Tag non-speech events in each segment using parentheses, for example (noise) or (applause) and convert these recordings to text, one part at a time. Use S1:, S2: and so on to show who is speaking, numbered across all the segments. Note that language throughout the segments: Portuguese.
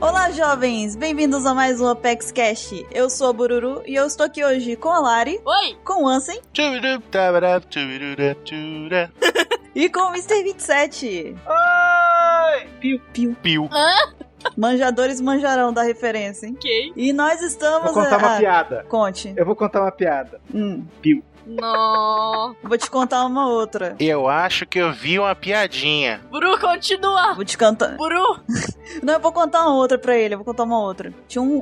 S1: Olá, jovens! Bem-vindos a mais um Apex Cash. Eu sou a Bururu e eu estou aqui hoje com a Lari,
S2: Oi!
S1: com o Ansem e com o Mr. 27. Piu, piu.
S3: Piu.
S1: Manjadores manjarão da referência, hein?
S2: Ok.
S1: E nós estamos...
S4: Vou contar uma
S1: ah,
S4: piada.
S1: Conte.
S4: Eu vou contar uma piada.
S1: Hum,
S2: Não.
S1: vou te contar uma outra.
S3: Eu acho que eu vi uma piadinha.
S2: Buru, continua!
S1: Vou te cantar...
S2: Buru!
S1: Não, eu vou contar uma outra pra ele, eu vou contar uma outra. Tinha um,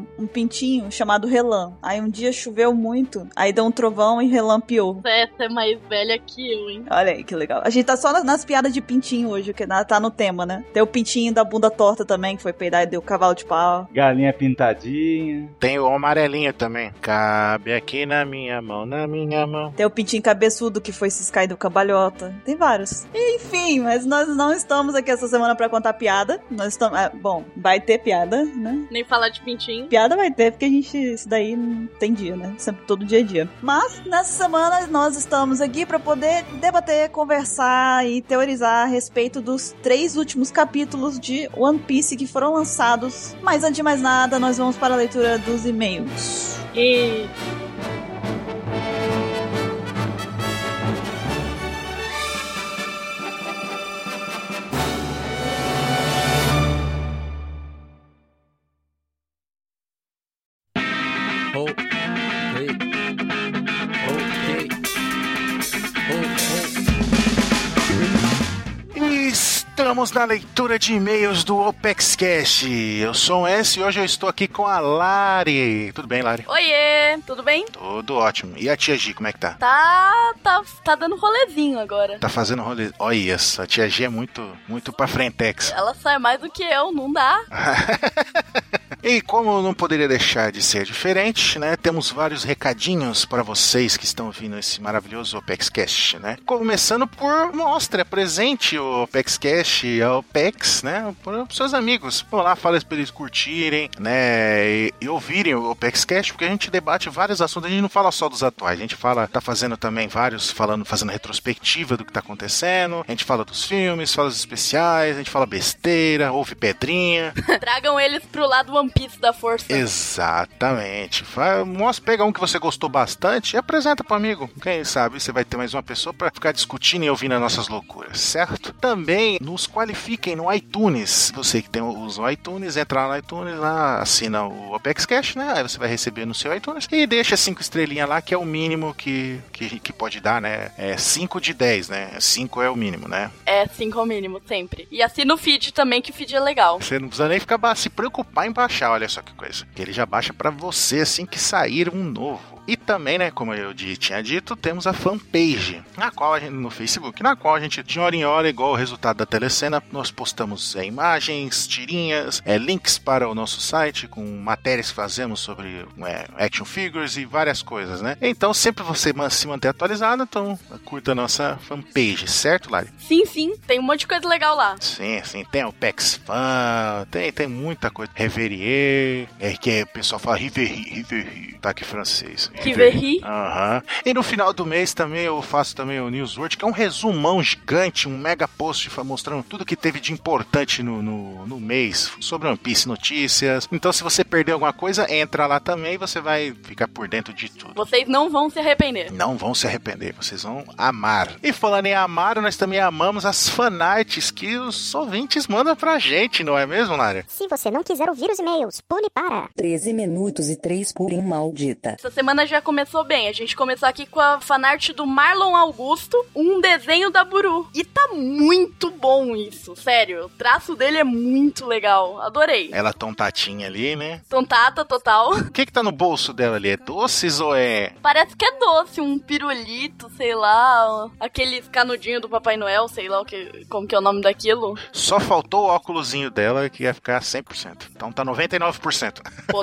S1: um, um pintinho chamado Relan. Aí um dia choveu muito, aí deu um trovão e relampeou.
S2: Essa é mais velha que eu, hein?
S1: Olha aí que legal. A gente tá só nas, nas piadas de pintinho hoje, que na- tá no tema, né? Tem o pintinho da bunda torta também, que foi peidar e deu cavalo de pau.
S4: Galinha pintadinha.
S3: Tem o amarelinho também. Cabe aqui na minha mão, na minha mão.
S1: Tem o pintinho cabeçudo que foi ciscar e deu cambalhota. Tem vários. Enfim, mas nós não estamos aqui essa semana pra contar piada. Nós estamos. ah, bom, vai ter piada, né?
S2: Nem falar de pintinho.
S1: Piada vai ter, porque a gente. Isso daí não tem dia, né? Sempre todo dia a dia. Mas, nessa semana, nós estamos aqui pra poder debater, conversar e teorizar a respeito dos três últimos capítulos de One Piece que foram lançados. Mas, antes de mais nada, nós vamos para a leitura dos e-mails.
S2: E
S3: Estamos na leitura de e-mails do Opex Cash. Eu sou o S e hoje eu estou aqui com a Lari. Tudo bem, Lari?
S2: Oiê! Tudo bem?
S3: Tudo ótimo. E a tia G, como é que tá?
S2: Tá. tá, tá dando rolezinho agora.
S3: Tá fazendo rolê. Olha isso, a tia G é muito, muito pra frentex.
S2: Ela sai mais do que eu, não (laughs) dá.
S3: E como não poderia deixar de ser diferente, né? Temos vários recadinhos para vocês que estão ouvindo esse maravilhoso Opex Cash, né? Começando por mostra, presente o Opex Cash, a Opex, né? Para os seus amigos. Vão lá, fala para eles curtirem, né? E, e ouvirem o Opex Cash, porque a gente debate vários assuntos. A gente não fala só dos atuais, a gente fala, tá fazendo também vários, falando, fazendo retrospectiva do que tá acontecendo. A gente fala dos filmes, fala dos especiais, a gente fala besteira, ouve pedrinha.
S2: Tragam eles pro lado One Piece da força.
S3: Exatamente. Vai, mostra, pega um que você gostou bastante e apresenta pro amigo. Quem sabe você vai ter mais uma pessoa pra ficar discutindo e ouvindo as nossas loucuras, certo? Também nos qualifiquem no iTunes. Você que tem usa o iTunes, entra lá no iTunes, lá assina o Apex Cash, né? Aí você vai receber no seu iTunes e deixa cinco estrelinhas lá, que é o mínimo que, que, que pode dar, né? É 5 de 10, né? 5 é o mínimo, né?
S2: É, cinco ao mínimo, sempre. E assina o feed também, que o feed é legal.
S3: Você não precisa nem ficar ba- se preocupar em baixar, olha só que coisa. Ele já baixa pra você assim que sair um novo. E também, né, como eu di- tinha dito, temos a fanpage, na qual a gente, no Facebook, na qual a gente, de hora em hora, igual o resultado da telecena, nós postamos é, imagens, tirinhas, é, links para o nosso site, com matérias que fazemos sobre é, action figures e várias coisas, né? Então, sempre você man- se manter atualizado, então curta a nossa fanpage, certo, Lari?
S2: Sim, sim, tem um monte de coisa legal lá.
S3: Sim, sim, tem o Pex Fan, tem, tem muita coisa. Reverier, é que o pessoal fala Riveri, Riveri, tá aqui francês.
S2: Riveri.
S3: Aham. E no final do mês também eu faço também o News World, que é um resumão gigante, um mega post fa- mostrando tudo que teve de importante no, no, no mês, sobre One Piece, notícias. Então se você perder alguma coisa, entra lá também e você vai ficar por dentro de tudo.
S2: Vocês não vão se arrepender.
S3: Não vão se arrepender, vocês vão amar. E falando em amar, nós também amamos as fanarts que os ouvintes mandam pra gente, não é mesmo, Lara?
S5: Se você não quiser ouvir os e-mails, pule para.
S6: 13 minutos e 3 por um maldita.
S2: Essa semana já começou bem. A gente começou aqui com a fanart do Marlon Augusto, um desenho da Buru. E tá muito bom isso, sério. O traço dele é muito legal. Adorei.
S3: Ela tontatinha ali, né?
S2: Tontata total. (laughs)
S3: O que que tá no bolso dela ali? É doces ou é...
S2: Parece que é doce, um pirulito, sei lá. Aquele canudinho do Papai Noel, sei lá o que, como que é o nome daquilo.
S3: Só faltou o óculosinho dela que ia ficar 100%. Então tá 99%.
S2: Pô,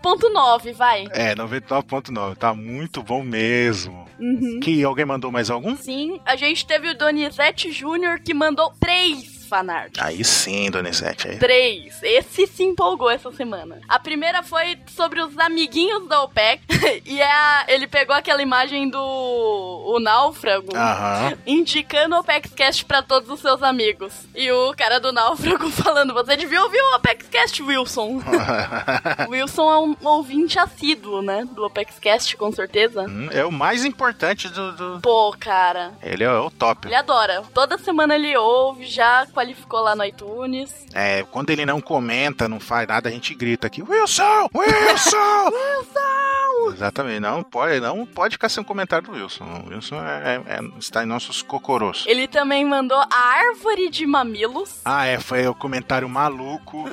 S2: 99.9, vai.
S3: (laughs) É, 99.9. Tá muito bom mesmo.
S2: Uhum.
S3: Que alguém mandou mais algum?
S2: Sim, a gente teve o Donizete Júnior que mandou três fanart.
S3: Aí sim, Donizete. Aí...
S2: Três. Esse se empolgou essa semana. A primeira foi sobre os amiguinhos da OPEC. (laughs) e é a- ele pegou aquela imagem do o náufrago.
S3: Ah. Aham. (laughs)
S2: Indicando o OPEXcast pra todos os seus amigos. E o cara do náufrago (laughs) falando: Você devia ouvir o OPEXcast, Wilson. O Wilson é um ouvinte assíduo, né? Do OPEXcast, com certeza.
S3: Hum, é o mais importante do. do-
S2: Pô, cara.
S3: Ele é o top.
S2: Ele adora. Toda semana ele ouve, já qualificou lá no iTunes.
S3: É, quando ele não comenta, não faz nada, a gente grita aqui: Wilson! Wilson! Wilson! Exatamente, não pode, não pode ficar sem um comentário do Wilson. O Wilson é- é- é- está em nossos cocoros.
S2: Ele também mandou a árvore de mamilos. (laughs)
S3: Ah, é, foi o comentário maluco,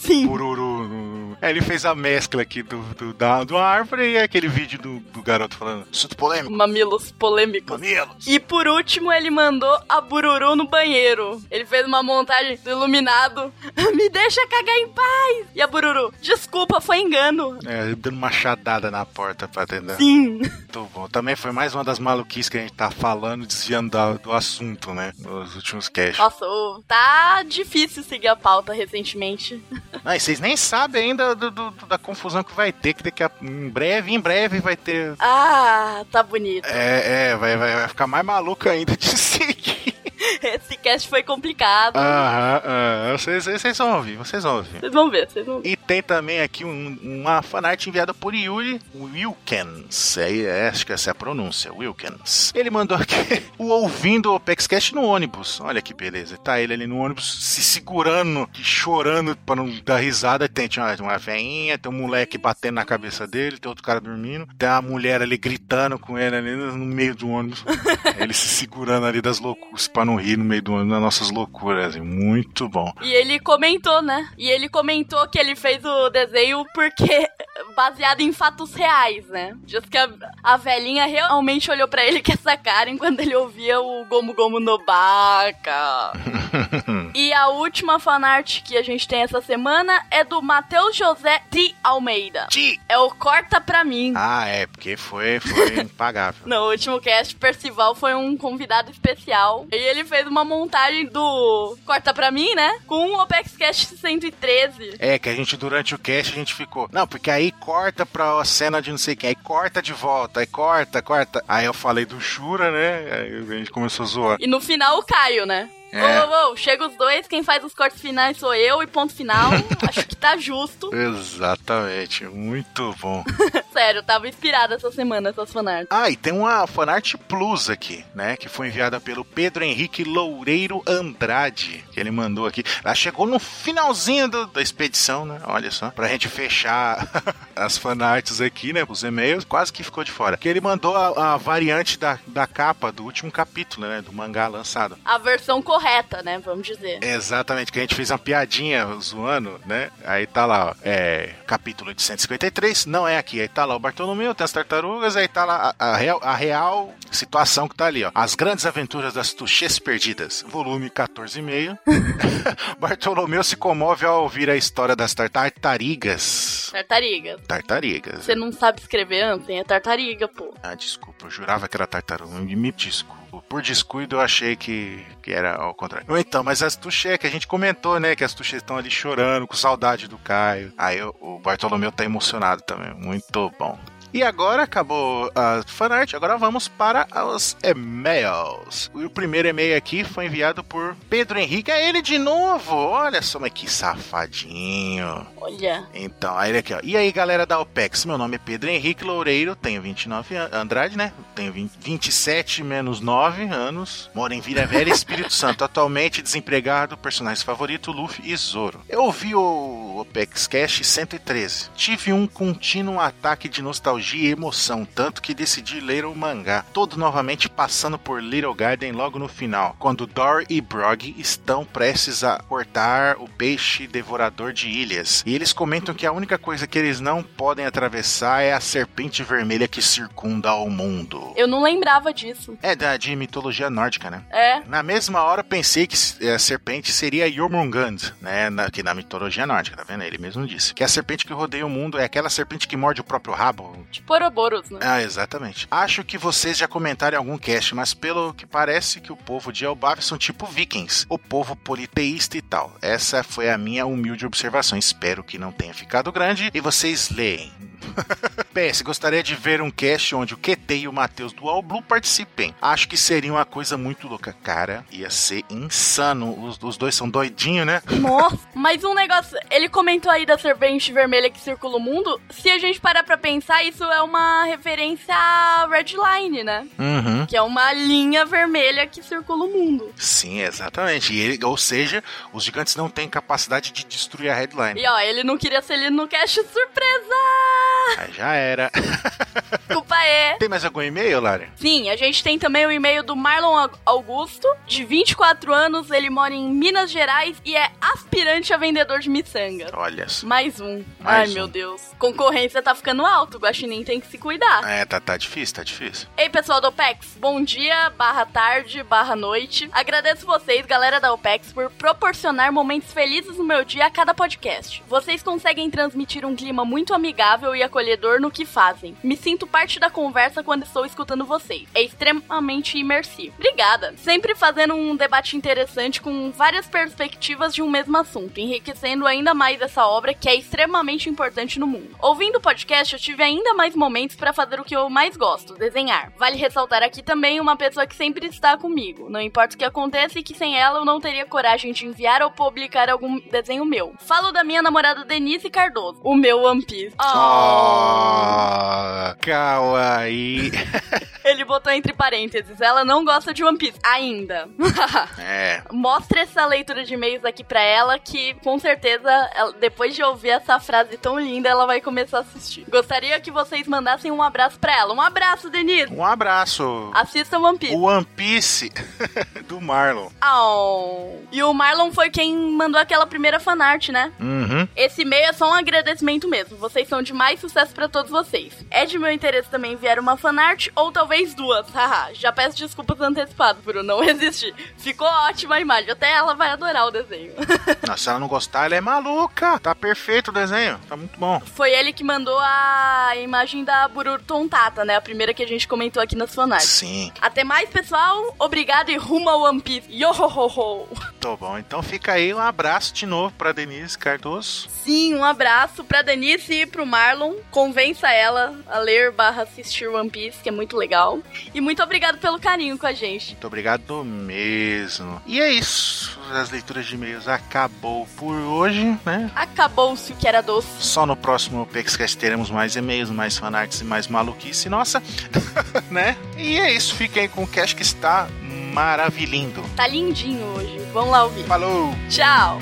S2: Sim.
S3: pururu. É, ele fez a mescla aqui do, do, da, do árvore e aquele vídeo do, do garoto falando: assunto polêmico,
S2: Mamilos polêmicos.
S3: mamilos.
S2: E por último, ele mandou a Bururu no banheiro. Ele fez uma montagem do iluminado. (laughs) Me deixa cagar em paz! E a Bururu, desculpa, foi engano.
S3: É, dando uma chadada na porta pra atender.
S2: Sim.
S3: Muito bom. Também foi mais uma das maluquices que a gente tá falando, desviando da- do assunto, né? Nos últimos cash.
S2: Nossa, ô, tá difícil seguir a pauta recentemente.
S3: Ah, e vocês nem sabem ainda do- do- do- da confusão que vai ter, que daqui a, em breve, em breve vai ter.
S2: Ah, tá bonito. (laughs)
S3: É, é, vai, vai, vai ficar mais maluco ainda de (laughs) seguir.
S2: Esse cast foi complicado.
S3: Aham, aham. Vocês vocês vão ouvir, vocês vão ouvir.
S2: Vocês vão ver, vocês vão ver.
S3: E tem também aqui um- uma fanart enviada por Yuri Wilkins. É, é, acho que essa é a pronúncia, Wilkins. Ele mandou aqui (laughs) o ouvindo o Opexcast no ônibus. Olha que beleza. Tá ele ali no ônibus se segurando, chorando pra não dar risada. Tem tinha uma, uma veinha, tem um moleque batendo na cabeça dele, tem outro cara dormindo, tem uma mulher ali gritando com ele ali no meio do ônibus. ele se segurando ali das loucuras pra não rir no meio do ônibus, das nossas loucuras. assim. Muito bom.
S2: E ele comentou, né? E ele comentou que ele fez o desenho porque (laughs) baseado em fatos reais, né? Diz que a, a velhinha realmente olhou pra ele (laughs) com essa cara enquanto ele ouvia o Gomu Gomu no Baca. e a última fanart que a gente tem essa semana é do Matheus José de Almeida.
S3: Ti!
S2: É o Corta Pra Mim.
S3: Ah, é, porque foi, foi impagável.
S2: No último cast, Percival foi um convidado especial. E ele fez uma montagem do Corta Pra Mim, né? Com o Opex Cast 113.
S3: É, que a gente, durante o cast, a gente ficou. Não, porque aí corta pra cena de não sei quem, aí corta de volta, aí corta, corta. Aí eu falei do Shura, né? Aí a gente começou a zoar.
S2: E no final, o Caio, né? Ô,
S3: É.
S2: ô, ô, chega os dois, quem faz os cortes finais sou eu e ponto final. Acho que tá justo.
S3: Exatamente, muito bom.
S2: Sério, eu tava inspirada essa semana, essas fanarts.
S3: Ah, e tem uma fanart plus aqui, né? Que foi enviada pelo Pedro Henrique Loureiro Andrade, que ele mandou aqui. Ela chegou no finalzinho do- da expedição, né? Olha só, pra gente fechar (laughs) as fanarts aqui, né? Os e-mails, quase que ficou de fora. Que ele mandou a, a variante da, da capa do último capítulo, né? Do mangá lançado.
S2: A versão correta, né? Vamos dizer.
S3: Exatamente, que a gente fez uma piadinha zoando, né? Aí tá lá, ó, é, capítulo de 153, não é aqui. Aí tá lá o Bartolomeu, tem as tartarugas, aí tá lá a, a real, a real situação que tá ali, ó. As Grandes Aventuras das Tuxês Perdidas, volume 14,5. (laughs) Bartolomeu se comove ao ouvir a história das tar- tartarigas.
S2: Tartariga.
S3: Tartarigas.
S2: Você não sabe escrever, Ansem, é tartariga, pô.
S3: Ah, desculpa, eu jurava que era tartaruga. Me me desculpa. Por descuido eu achei que, que era ao contrário. Ou Então, mas as tuxê que a gente comentou, né? Que as tuxês estão ali chorando, com saudade do Caio. Aí o- o Bartolomeu tá emocionado também. Muito bom. E agora acabou a fanart, agora vamos para os e-mails. E o primeiro e-mail aqui foi enviado por Pedro Henrique. É ele de novo! Olha só, mas que safadinho.
S2: Olha.
S3: Então, aí ele aqui, ó. E aí, galera da OPEX? Meu nome é Pedro Henrique Loureiro, tenho 29 anos. Andrade, né? Tenho 20, 27 menos 9 anos. Moro em Vila Velha, Espírito Santo. Atualmente desempregado, personagem favorito, Luffy e Zoro. Eu ouvi o OPEX Cash 113. Tive um contínuo ataque de nostalgia e emoção, tanto que decidi ler o mangá. Todo novamente passando por Little Garden logo no final, quando Dory e Brog estão prestes a cortar o peixe devorador de ilhas. E eles comentam que a única coisa que eles não podem atravessar é a serpente vermelha que circunda o mundo.
S2: Eu não lembrava disso.
S3: É da, de mitologia nórdica, né?
S2: É.
S3: Na mesma hora, pensei que eh, a serpente seria Jormungand, né? Na, que na mitologia nórdica, tá vendo? Ele mesmo disse. Que a serpente que rodeia o mundo é aquela serpente que morde o próprio rabo.
S2: Tipo Ouroboros,
S3: (laughs)
S2: né?
S3: Ah, exatamente. Acho que vocês já comentaram em algum cast, mas pelo que parece que o povo de Elbaf são tipo vikings, o povo politeísta e tal. Essa foi a minha humilde observação. Espero que não tenha ficado grande e vocês leem. (laughs) PS, gostaria de ver um cast onde o QT e o Matheus do All Blue participem. Acho que seria uma coisa muito louca. Cara, ia ser insano. Os, os dois são doidinhos, né?
S2: Nossa, mas um negócio. Ele comentou aí da serpente vermelha que circula o mundo. Se a gente parar pra pensar, isso é uma referência à Redline, né?
S3: Uhum.
S2: Que é uma linha vermelha que circula o mundo.
S3: Sim, exatamente. E ele- ou seja, os gigantes não têm capacidade de destruir a headline.
S2: E ó, ele não queria ser lido no cast surpresa!
S3: Aí já era.
S2: Desculpa é.
S3: Tem mais algum e-mail, Lari?
S2: Sim, a gente tem também o e-mail do Marlon Au- Augusto, de 24 anos, ele mora em Minas Gerais e é aspirante a vendedor de miçanga.
S3: Olha só.
S2: Mais um. Ai,
S3: Mais um.
S2: meu Deus. Concorrência tá ficando alto, o Guaxinim tem que se cuidar.
S3: É, tá, tá difícil, tá difícil.
S2: Ei, pessoal da OPEX, bom dia, barra tarde, barra noite. Agradeço vocês, galera da OPEX, por proporcionar momentos felizes no meu dia a cada podcast. Vocês conseguem transmitir um clima muito amigável e acolhedor no que fazem. Me sinto parte da conversa quando estou escutando vocês. É extremamente imersivo. Obrigada. Sempre fazendo um debate interessante com várias perspectivas de um mesmo assunto, enriquecendo ainda mais essa obra que é extremamente importante no mundo. Ouvindo o podcast, eu tive ainda mais momentos para fazer o que eu mais gosto, desenhar. Vale ressaltar aqui também uma pessoa que sempre está comigo. Não importa o que aconteça e que sem ela eu não teria coragem de enviar ou publicar algum desenho meu. Falo da minha namorada Denise Cardoso, o meu One Piece. Oh.
S3: Oh, kawaii.
S2: Ele botou entre parênteses, ela não gosta de One Piece ainda. (laughs)
S3: É,
S2: Mostra essa leitura de e-mails aqui pra ela, que com certeza, ela- depois de ouvir essa frase tão linda, ela vai começar a assistir. Gostaria que vocês mandassem um abraço pra ela. Um abraço, Denise!
S3: um abraço.
S2: Assista One Piece.
S3: O One Piece (laughs) do Marlon.
S2: Au. E o Marlon foi quem mandou aquela primeira fanart, né?
S3: Uhum.
S2: Esse e-mail é só um agradecimento mesmo. Vocês são de mais sucesso pra todos vocês. É de meu interesse também enviar uma fanart, ou talvez duas. (laughs) Haha, já peço desculpas antecipadas, por eu não (laughs) resistir. Ficou ótima a imagem. Até ela vai adorar o desenho.
S3: Nossa, se ela não gostar, ela é maluca. Tá perfeito o desenho. Tá muito bom.
S2: Foi ele que mandou a imagem da Bururu Tontata, né? A primeira que a gente comentou aqui nas fanarts.
S3: Sim,
S2: Até mais, pessoal. Obrigado e rumo ao One Piece. Yo ho, ho, ho.
S3: tô bom. Então fica aí um abraço de novo pra Denise Cardoso.
S2: Sim, um abraço pra Denise e pro Marlon. Convença ela a ler barra assistir One Piece, que é muito legal. E muito obrigado pelo carinho com a gente.
S3: Muito obrigado mesmo. E é isso. As leituras de e-mails acabou por hoje, né?
S2: Acabou-se o que era doce.
S3: Só no próximo PXCast teremos mais e-mails, mais fanarts e mais maluquice nossa, (laughs) né? E é isso. Fiquem com o cast que está maravilhindo.
S2: Tá lindinho hoje. Vamos lá ouvir.
S3: Falou!
S2: Tchau!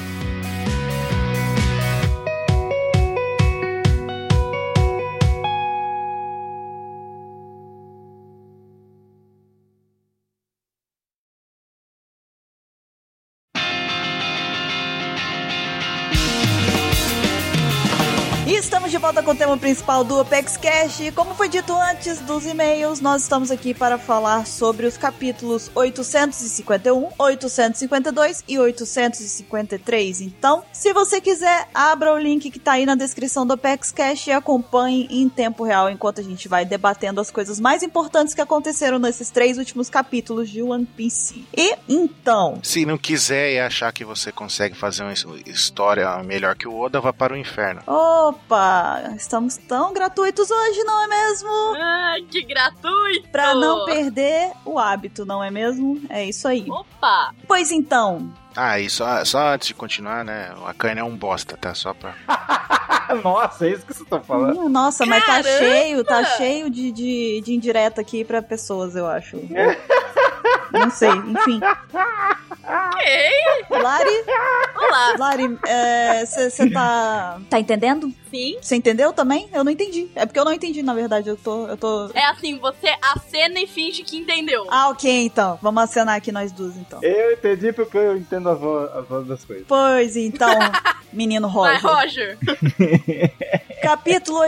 S1: E estamos de volta com o tema principal do Apex Cash. E Como foi dito antes dos e-mails, nós estamos aqui para falar sobre os capítulos 851, 852 um, e 853. Então, se você quiser, abra o link que tá aí na descrição do Apex Cash e acompanhe em tempo real enquanto a gente vai debatendo as coisas mais importantes que aconteceram nesses três últimos capítulos de One Piece. E então,
S3: Se não quiser e achar que você consegue fazer uma his- história melhor que o Oda, vá para o inferno.
S1: opa, estamos tão gratuitos hoje, não é mesmo?
S2: Ai, que gratuito!
S1: Pra não perder o hábito, não é mesmo? É isso aí.
S2: Opa!
S1: Pois então,
S3: Ah, e só, só antes de continuar, né? O Akane é um bosta, tá? Só pra.
S4: Nossa, é isso que você tá falando?
S1: minha nossa, mas tá
S2: Caramba!
S1: cheio, tá cheio de, de, de indireta aqui pra pessoas, eu acho. Não sei, enfim.
S2: Ok!
S1: Lari,
S2: Olá!
S1: Lari, você tá. Tá entendendo?
S2: Sim?
S1: Você entendeu também? Eu não entendi. É porque eu não entendi, na verdade. Eu tô. Eu tô...
S2: É assim, você acena e finge que entendeu.
S1: Ah, ok, então. Vamos acenar aqui nós duas, então.
S4: Eu entendi porque eu entendo a voz, a voz das coisas.
S1: Pois então, menino
S2: Vai,
S1: Roger.
S2: Roger!
S1: Capítulo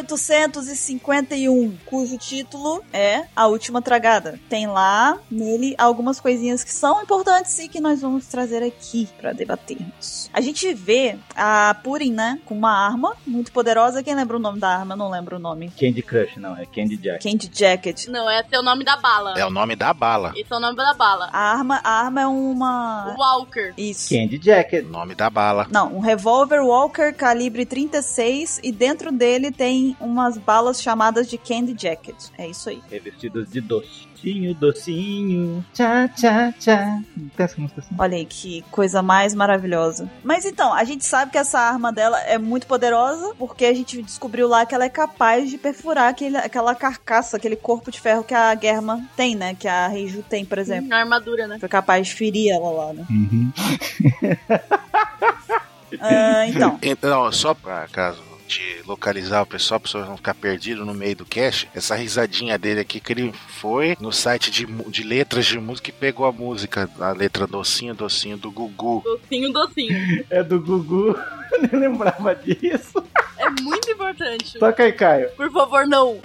S1: 851, cujo título é A Última Tragada. Tem lá nele algumas coisinhas que são importantes e que nós vamos trazer aqui pra debatermos. A gente vê a Purim, né, com uma arma muito poderosa. Quem lembra o nome da arma? Eu não lembro o nome.
S4: Candy Crush, não, é Candy Jack.
S1: Candy Jacket.
S2: Não, esse é o nome da bala.
S3: É o nome da bala.
S2: Esse é o nome da bala.
S1: A arma, a arma é uma.
S2: Walker.
S1: Isso.
S4: Candy Jack.
S3: O nome da bala.
S1: Não, um revólver Walker calibre 36 e dentro dele tem umas balas chamadas de Candy Jacket. É isso aí.
S4: Revestidos de docinho, docinho. Tchá, tchá, tchá. Não tem essa música assim?
S1: Olha aí que coisa mais maravilhosa. Mas então, a gente sabe que essa arma dela é muito poderosa, porque a gente descobriu lá que ela é capaz de perfurar aquele, aquela carcaça, aquele corpo de ferro que a Germa tem, né? Que a Reiju tem, por exemplo.
S2: Na armadura, né?
S1: Foi capaz de ferir ela lá, né?
S4: Uhum.
S1: Ah, então.
S3: Então, só pra caso de localizar o pessoal, para pessoas não ficar perdido no meio do cast, essa risadinha dele aqui que ele foi no site de, mu- de letras de música e pegou a música, a letra docinho, docinho do Gugu.
S1: (laughs)
S2: Docinho, docinho.
S4: É do Gugu. (laughs) Eu nem lembrava disso.
S2: É muito importante.
S4: Toca aí, Caio.
S2: Por favor, não.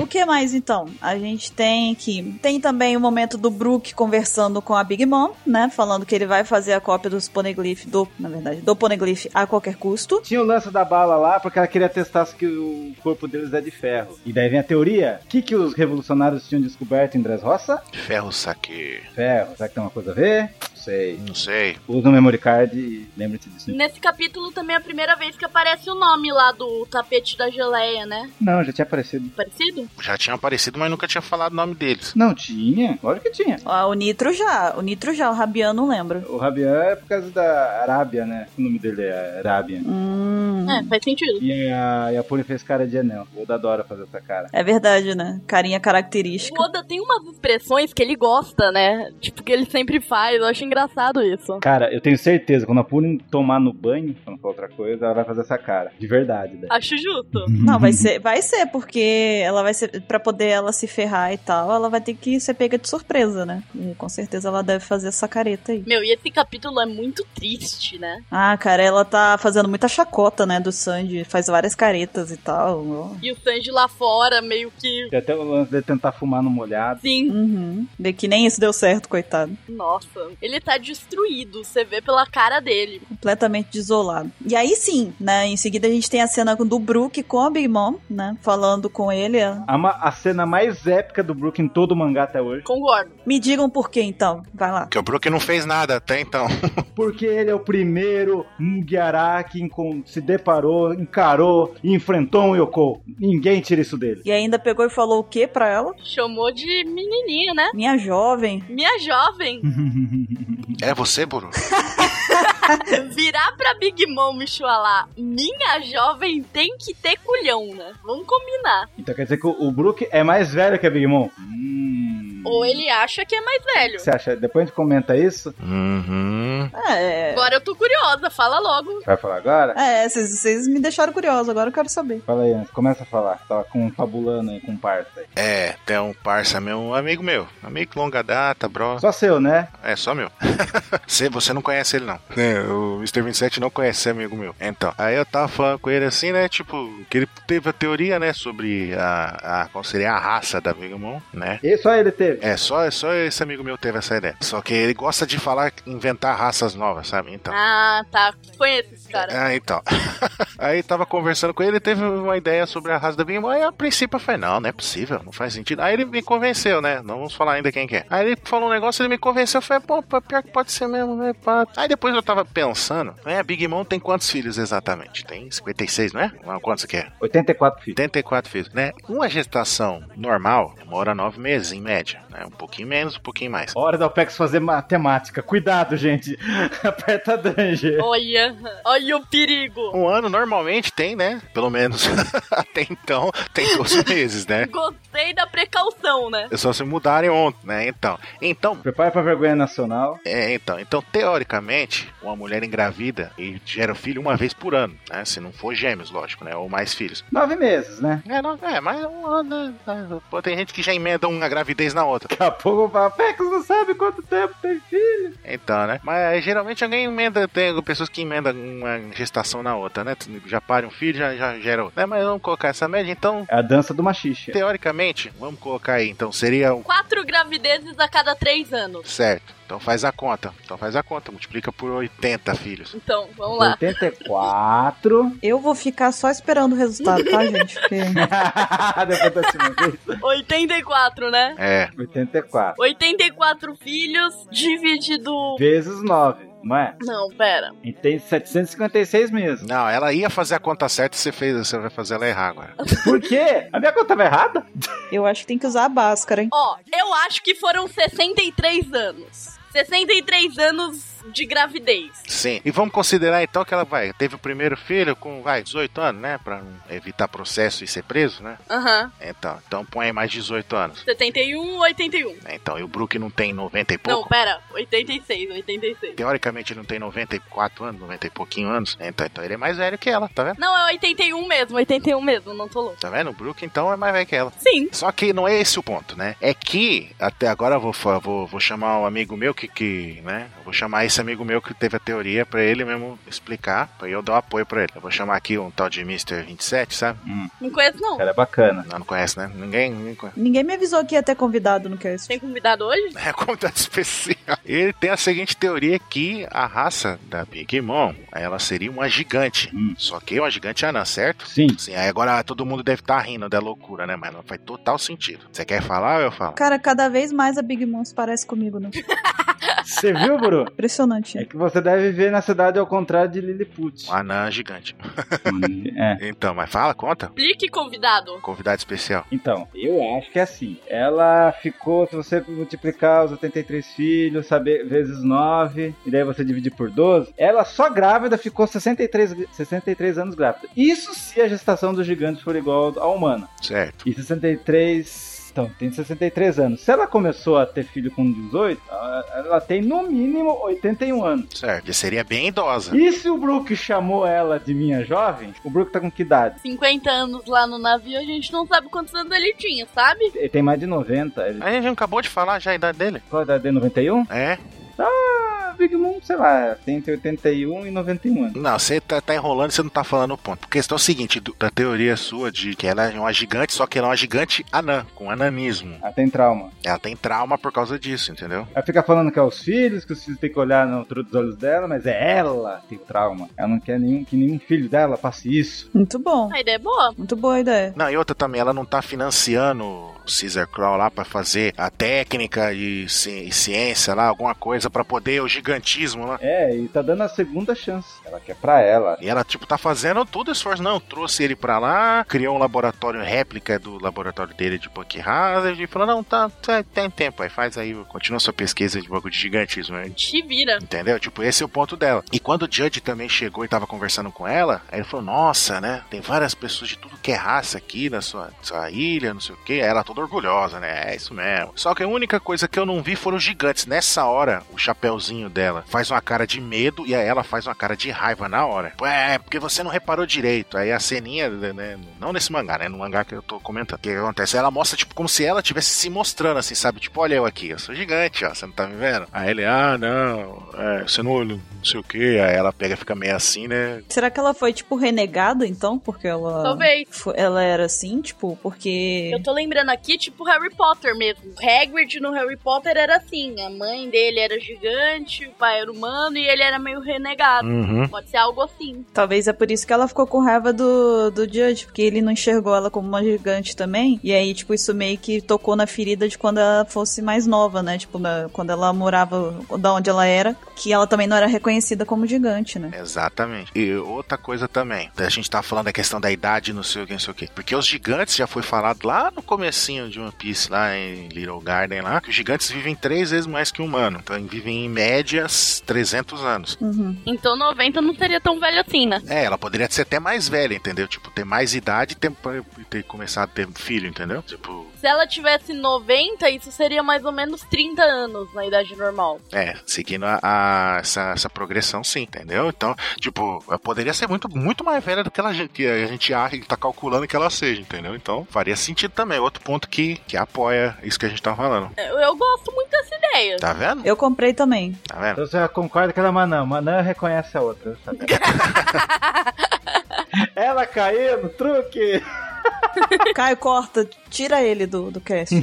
S1: O que mais então? A gente tem que tem também o momento do Brook conversando com a Big Mom, né? Falando que ele vai fazer a cópia dos Poneglyph do, na verdade, do Poneglyph a qualquer custo.
S4: Tinha o lance da bala lá, porque ela queria testar se que o corpo deles é de ferro. E daí vem a teoria. O que, que os revolucionários tinham descoberto em Dressrosa?
S3: Ferro saque.
S4: Ferro. Será que tem uma coisa a ver? Não sei.
S3: Não sei.
S4: Usa o memory card e lembre-se disso.
S2: Nesse capítulo também é a primeira vez que aparece o nome lá do tapete da geleia, né?
S4: Não, já tinha aparecido.
S2: Parecido?
S3: Já tinha aparecido, mas nunca tinha falado o nome deles.
S4: Não, tinha. Lógico que tinha.
S1: Ah, o Nitro já, o Nitro já, o Rabiano não lembro.
S4: O Rabian é por causa da Arábia, né? O nome dele é Arábia.
S1: Hum.
S2: É, faz sentido.
S4: E a, e a Puri fez cara de anel. Vou dar Dora fazer essa cara.
S1: É verdade, né? Carinha
S2: O
S1: característica.
S2: Oda tem umas expressões que ele gosta, né? Tipo, que ele sempre faz. Eu acho engraçado isso.
S4: Cara, eu tenho certeza, quando a Puri tomar no banho, pra não falar outra coisa, ela vai fazer essa cara. De verdade, né?
S2: Acho justo.
S1: Não, vai ser, vai ser porque ela vai ser para poder ela se ferrar e tal, ela vai ter que ser pega de surpresa, né? E com certeza ela deve fazer essa careta aí.
S2: Meu, e esse capítulo é muito triste, né?
S1: Ah, cara, ela tá fazendo muita chacota, né, do Sandy, faz várias caretas e tal. ó.
S2: E o Sanji lá fora, meio que.
S4: (laughs) Tem até o lance de tentar fumar no molhado.
S2: Sim,
S1: Uhum. Vê que nem isso deu certo, coitado.
S2: nossa. Ele tá destruído, você vê pela cara dele.
S1: Completamente desolado. E aí sim, né, em seguida a gente tem a cena do Brook com a Big Mom, né, falando com ele. ó.
S4: A, ma- a cena mais épica do Brook em todo o mangá até hoje.
S2: Concordo.
S1: Me digam por quê, então. Vai lá.
S3: Porque o Brook não fez nada até então.
S4: Porque ele é o primeiro Mugiará que encon- se deparou, encarou e enfrentou um Yoko. Ninguém tira
S1: (laughs)
S4: isso dele.
S1: E ainda pegou e falou o quê pra ela?
S2: Chamou de menininha, né?
S1: Minha jovem.
S2: Minha (laughs) jovem,
S3: É você, Buru?
S2: virar pra Big Mom e chualar, minha jovem tem que ter culhão, né? Vamos combinar.
S4: Então quer dizer que o, o Brook é mais velho que a Big Mom? Hum.
S2: Ou ele acha que é mais velho.
S4: Você acha? Depois a gente comenta isso.
S3: Uhum.
S1: É,
S2: Agora eu tô curiosa, fala logo.
S4: Vai falar agora?
S1: é vocês vocês me deixaram curioso, agora eu quero saber.
S4: Fala aí, Anderson. Começa a falar. Tava confabulando aí com o parça aí.
S3: É, tem um parça meu, um amigo meu. Amigo longa data, bro.
S4: Só seu, né?
S3: É, só (laughs) meu. você, você não conhece ele, não. É, o Mr. 27 não conhece, é amigo meu. Então, aí eu tava falando com ele assim, né? Tipo, que ele teve a teoria, né? Sobre a, a qual seria a raça da Big Mom, né?
S4: E só ele teve.
S3: É, só, só esse amigo meu teve essa ideia. Só que ele gosta de falar, inventar raças novas, sabe? Então.
S2: Ah, tá. Conheço esse cara.
S3: Ah, então. (laughs) aí tava conversando com ele, teve uma ideia sobre a raça da Big Mom, aí a princípio eu falei, não, não é possível, não faz sentido. Aí ele me convenceu, né? Não vamos falar ainda quem que é. Aí ele falou um negócio, ele me convenceu, eu falei, pô, pô, pior que pode ser mesmo, né? pá. Aí depois eu tava pensando, né? A Big Mom tem quantos filhos exatamente? Tem 56, não é? Não, Quantos que é?
S4: 84 filhos.
S3: 84 filhos, né? Uma gestação normal demora nove meses, em média, né? Um pouquinho menos, um pouquinho mais.
S4: Hora da OPEX fazer matemática. Cuidado, gente. (laughs) Aperta a
S2: É.
S4: danger.
S2: Olha, olha o perigo.
S3: (laughs) Um ano normalmente tem, né? Pelo menos até então, tem 12 meses, né?
S2: Gostei lei da precaução, né?
S3: É só se mudarem ontem, né? Então, então,
S4: Prepara pra vergonha nacional.
S3: é, então, então, teoricamente, uma mulher engravida e gera filho uma vez por ano, né? Se não for gêmeos, lógico, né? Ou mais filhos.
S4: Nove meses, né?
S3: É, não, é mas um ano. né? Pô, tem gente que já emenda uma gravidez na outra.
S4: Daqui a pouco o Papex não sabe quanto tempo tem filho.
S3: Então, né? Mas geralmente alguém emenda, tem pessoas que emendam uma gestação na outra, né? Já pare um filho, já, já gera outro. Né? Mas vamos colocar essa média, então,
S4: É a dança do machixe.
S3: teoricamente, vamos colocar aí, então seria um.
S2: Quatro gravidezes a cada três anos.
S3: Certo. Então faz a conta. Então faz a conta. Multiplica por 80 filhos.
S2: Então, vamos (laughs) lá.
S4: 84. (laughs)
S1: Eu vou ficar só esperando o resultado, (laughs) tá, gente? Porque...
S4: Depois da segunda vez.
S2: 84, né?
S3: É.
S4: 84.
S2: 84 filhos dividido.
S4: Vezes 9, não é?
S2: Não, pera.
S4: E tem 756 mesmo.
S3: Não, ela ia fazer a conta certa e você fez, você vai fazer ela errar agora.
S4: Por quê? A minha conta tava errada?
S1: Eu acho que tem que usar a báscara, hein?
S2: Ó, eu acho que foram 63 anos. 63 anos de gravidez.
S3: Sim. E vamos considerar então que ela vai, teve o primeiro filho com, vai, 18 anos, né? Pra não evitar processo e ser preso, né?
S2: Aham.
S3: Então, então põe aí mais 18 anos.
S2: 71, 81.
S3: né? Então, e o Brook não tem 90 e
S2: Não,
S3: pouco?
S2: pera. 86, 86.
S3: Teoricamente ele não tem 94 anos, 90 e pouquinho anos. Então, então ele é mais velho que ela, tá vendo?
S2: Não, é 81 mesmo, 81 mesmo, não tô louco.
S3: Tá vendo? O Brook então é mais velho que ela.
S2: Sim.
S3: Só que não é esse o ponto, né? É que, até agora eu vou, fa- vou, vou chamar um amigo meu que, que, né? Eu Vou chamar esse amigo meu que teve a teoria pra ele mesmo explicar, pra eu dar o apoio pra ele. Eu vou chamar aqui um tal de Mr. 27, sabe?
S2: Não conheço, não.
S4: Cara, é bacana.
S3: Não, não conhece, né? Ninguém, ninguém conhece. (laughs)
S1: Ninguém me avisou que ia ter convidado no Cast.
S2: Tem convidado hoje?
S3: É convidado especial. Ele tem a seguinte teoria que a raça da Big Mom, ela seria uma gigante.
S4: Hum.
S3: Só que uma gigante anã, certo?
S4: Sim.
S3: Sim, aí agora todo mundo deve estar rindo da loucura, né? Mas não faz total sentido. Você quer falar ou eu falo?
S1: Cara, cada vez mais a Big Mom se parece comigo, né?
S4: Você viu, Bruno?
S1: Impressionante.
S4: É
S1: né?
S4: que você deve viver na cidade ao contrário de Lilliput.
S3: Uma anã gigante.
S4: é.
S3: Então, mas fala, conta. Um
S2: Explique convidado.
S3: Convidado especial.
S4: Então, eu acho que é assim. Ela ficou, se você multiplicar os 83 filhos, saber vezes 9, e daí você dividir por 12, ela só grávida ficou 63, gr- 63 anos grávida. Isso se a gestação do gigante for igual à humana.
S3: Certo.
S4: E 63. Então, tem 63 anos. Se ela começou a ter filho com 18, ela ela tem no mínimo 81 anos.
S3: Certo. E seria bem idosa.
S4: E se o Brook chamou ela de minha jovem, o Brook tá com que idade?
S2: 50 anos lá no navio, a gente não sabe quantos anos ele tinha, sabe?
S4: Ele tem mais de 90. Ele...
S3: A gente não acabou de falar já a idade dele.
S4: Qual a idade dele? 91?
S3: É?
S4: Ah, Big Mom, sei lá, tem entre 81 e 91 anos.
S3: Não, você tá, tá enrolando e você não tá falando o ponto. A questão é o seguinte, do- da teoria sua de que ela é uma gigante, só que ela é uma gigante anã, com ananismo.
S4: Ela Ah, tem trauma.
S3: Ela tem trauma por causa disso, entendeu?
S4: Ela fica falando que é os filhos, que os filhos têm que olhar no outro dos olhos dela, mas é ela que tem trauma. Ela não quer nenhum, que nenhum filho dela passe isso.
S1: Muito bom.
S2: A ideia é boa.
S1: Muito boa a ideia.
S3: Não, e outra também, ela não tá financiando o Caesar Crow lá pra fazer a técnica e, ci- e ciência lá, alguma coisa pra poder o gigantismo lá.
S4: É, e tá dando a segunda chance. Ela quer pra ela.
S3: E ela, tipo, tá fazendo todo o esforço. Não, trouxe ele pra lá, criou um laboratório réplica do laboratório dele de Buck Hazard e falou: não, tá, tá- tem tempo aí, faz aí, continua sua pesquisa de bagulho de gigantismo. Aí
S2: Te vira.
S3: Entendeu? Tipo, esse é o ponto dela. E quando o Judge também chegou e tava conversando com ela, aí ele falou: Nossa, né? Tem várias pessoas de tudo que é raça aqui na sua, sua ilha, não sei o quê. Aí Ela toda orgulhosa, né? É isso mesmo. Só que a única coisa que eu não vi foram os gigantes. Nessa hora, o chapéuzinho dela faz uma cara de medo e aí ela faz uma cara de raiva na hora. É, porque você não reparou direito. Aí a ceninha, né? Não nesse mangá, né? No mangá que eu tô comentando. O que acontece? Ela mostra, tipo, como se ela estivesse se mostrando assim, sabe? Tipo, olha eu aqui, eu sou gigante, ó. Você não tá me vendo? Aí ele, ah, não, é, você não olhou, não sei o quê. Aí ela pega e fica meio assim, né?
S1: Será que ela foi, tipo, renegada, então? Porque ela.
S2: Talvez.
S1: Fo- Ela era assim, tipo, porque.
S2: Eu tô lembrando aqui, tipo Harry Potter mesmo. O Hagrid no Harry Potter era assim. A mãe dele era gigante, o pai era humano e ele era meio renegado.
S3: Uhum.
S2: Pode ser algo assim.
S1: Talvez é por isso que ela ficou com raiva do, do Judge, porque ele não enxergou ela como uma gigante também. E aí, tipo, isso meio que tocou na ferida de quando ela fosse mais nova, né? Tipo, na- quando ela morava da onde ela era, que ela também não era reconhecida como gigante, né?
S3: Exatamente. E outra coisa também, a gente tá falando da questão da idade, não sei o que, não sei o que. Porque os gigantes, já foi falado lá no comecinho de One Piece, lá em Little Garden, lá, que os gigantes vivem três vezes mais que o humano. um Então, vivem em média média 300 anos.
S1: Uhum.
S2: Então 90 não seria tão velho assim, né?
S3: É, ela poderia ser até mais velha, entendeu? Tipo, ter mais idade e ter, ter começado a ter filho, entendeu? Tipo,
S2: Se ela tivesse 90, isso seria mais ou menos 30 anos na idade normal.
S3: é, seguindo a, a- essa, essa progressão, sim, entendeu? Então, tipo, ela poderia ser muito, muito mais velha do que, ela, que a gente acha que tá calculando que ela seja, entendeu? Então, faria sentido também. Outro ponto que, que apoia isso que a gente tá falando.
S2: Eu, eu gosto muito dessa ideia.
S3: Tá vendo?
S1: Eu comprei
S2: (laughs)
S1: também.
S3: Tá vendo?
S4: Então você já concorda que ela é Manã. Manã reconhece a outra. sabe? ela caiu no truque! (laughs)
S1: Caio, corta, tira ele do, do
S2: (laughs)
S1: cast.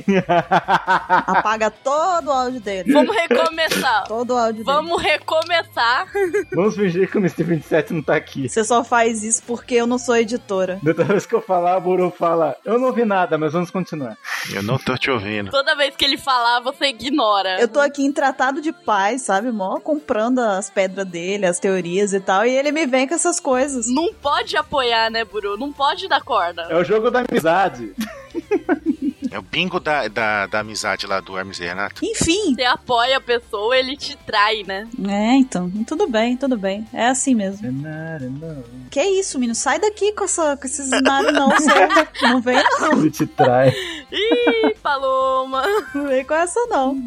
S1: Apaga todo o áudio dele.
S2: Vamos recomeçar.
S1: Todo o áudio dele.
S2: Vamos recomeçar.
S4: Vamos fingir que o Mr. 27 não tá aqui.
S1: Você só faz isso porque eu não sou editora.
S4: Da outra vez que eu falar, a Buru fala: Eu não ouvi nada, mas vamos continuar.
S3: Eu não tô te ouvindo.
S2: Toda vez que ele falar, você ignora.
S1: Eu tô aqui em tratado de paz, sabe? Mó comprando as pedras dele, as teorias e tal. E ele me vem com essas coisas.
S2: Não pode apoiar, né, Buru? Não pode dar corda.
S4: É o jogo da amizade.
S3: É o bingo da, da, da amizade lá do Hermes e Renato.
S1: Enfim.
S2: Você apoia a pessoa, ele te trai, né?
S1: É, então. Tudo bem, tudo bem. É assim mesmo. Que isso, menino? Sai daqui com, essa, com esses nada não, você não vem não.
S4: Ele te trai.
S2: Ih, Paloma.
S1: Não vem com essa não.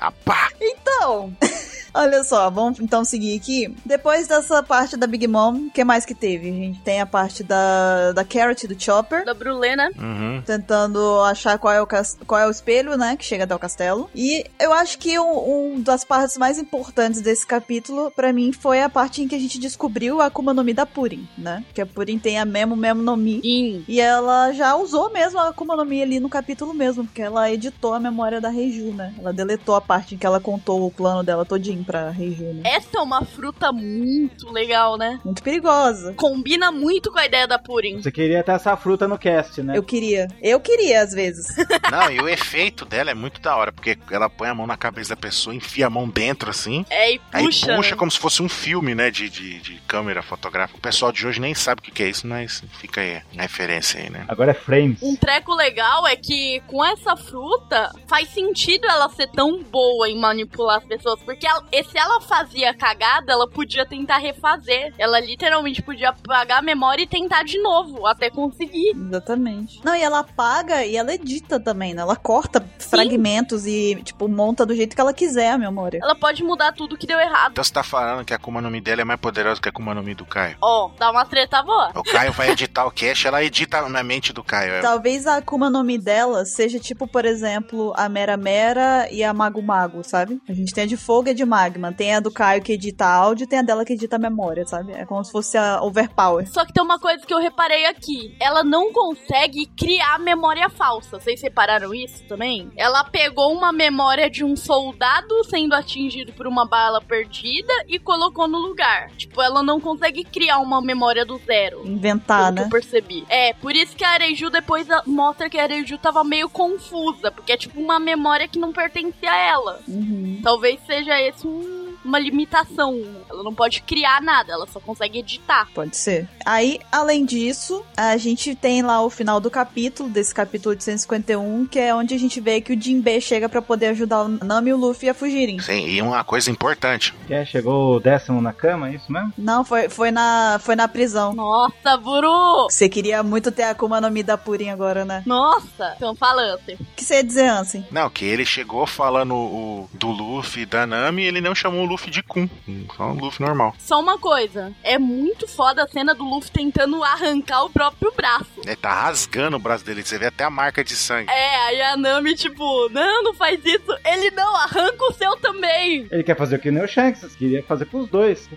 S3: Ah, pá!
S1: Então, (laughs) olha só, vamos então seguir aqui. Depois dessa parte da Big Mom, o que mais que teve? A gente tem a parte da, da Carrot e do Chopper.
S2: (laughs) Da Brulé, né?
S3: Uhum.
S1: Tentando achar qual é, o cas- qual é o espelho, né? Que chega até o castelo. E eu acho que um, um das partes mais importantes desse capítulo, pra mim, foi a parte em que a gente descobriu a Akuma no Mi da Purim, né? Que a Purim tem a mesmo mesmo no Mi.
S2: Sim.
S1: E ela já usou mesmo a Akuma no Mi ali no capítulo mesmo, porque ela editou a memória da Reiju, né? Ela deletou a parte em que ela contou o plano dela todinho pra Reiju, né?
S2: Essa é uma fruta muito legal, né?
S1: Muito perigosa.
S2: Combina muito com a ideia da Purim.
S4: Você queria ter essa fruta no cast, né?
S1: Eu queria. Eu queria, às vezes.
S3: Não, e o efeito dela é muito da hora, porque ela põe a mão na cabeça da pessoa, enfia a mão dentro assim.
S2: É, e
S3: Aí
S2: puxa.
S3: puxa,
S2: né?
S3: como se fosse um filme, né? De, de, de câmera fotográfica. O pessoal de hoje nem sabe o que que é isso, mas fica aí a referência aí, né?
S4: Agora é frames.
S2: Um treco legal é que com essa fruta faz sentido ela ser tão boa em manipular as pessoas. Porque ela- e se ela fazia cagada, ela podia tentar refazer. Ela literalmente podia apagar a memória e tentar de novo, até conseguir.
S1: Exatamente. Não, e ela apaga e ela edita também, né? Ela corta fragmentos e, tipo, monta do jeito que ela quiser a memória.
S2: Ela pode mudar tudo que deu errado.
S3: Então você tá falando que a Akuma no Mi dela é mais poderosa que a Akuma no Mi do Caio.
S2: Ó, dá uma treta boa.
S3: O Caio vai editar o cash, ela edita na mente do Caio. É-
S1: Talvez a Akuma no Mi dela seja tipo, por exemplo, a Mera Mera e a Mago Mago, sabe? A gente tem a de fogo e a de magma. Tem a do Caio que edita áudio e tem a dela que edita memória, sabe? É como se fosse a Overpower.
S2: Só que tem uma coisa que eu reparei aqui. Ela não consegue criar memória falsa. Vocês separaram isso também? Ela pegou uma memória de um soldado sendo atingido por uma bala perdida e colocou no lugar. Tipo, ela não consegue criar uma memória do zero.
S1: Inventar,
S2: pelo que
S1: né?
S2: eu percebi. É, por isso que a Areju depois a- mostra que a Areju tava meio confusa. Porque é tipo uma memória que não pertencia a ela.
S1: Uhum.
S2: Talvez seja esse um- uma limitação. Ela não pode criar nada, ela só consegue editar.
S1: Pode ser. Aí, além disso, a gente tem lá o final do capítulo, desse capítulo 851, que é onde a gente vê que o Jinbe chega pra poder ajudar o Nami e o Luffy a fugirem.
S3: Sim, e uma coisa importante.
S4: Quer? Chegou o décimo na cama, é isso mesmo?
S1: Não, foi, foi, na, foi na prisão.
S2: Nossa, Buru!
S1: Você queria muito ter a Akuma no Mi da Purim agora, né?
S2: Nossa! Então fala, Ansem.
S1: O que você ia dizer, Ansem?
S3: Não, que ele chegou falando o, do Luffy, da Nami, e ele não chamou o Luffy de Kun. Só um Luffy normal.
S2: Só uma coisa. É muito foda a cena do Luffy tentando arrancar o próprio braço.
S3: Ele tá rasgando o braço dele, você vê até a marca de sangue.
S2: É, aí a Nami, tipo, não, não faz isso. Ele não, arranca o seu também.
S4: Ele quer fazer o que nem o Shanks, queria fazer pros dois.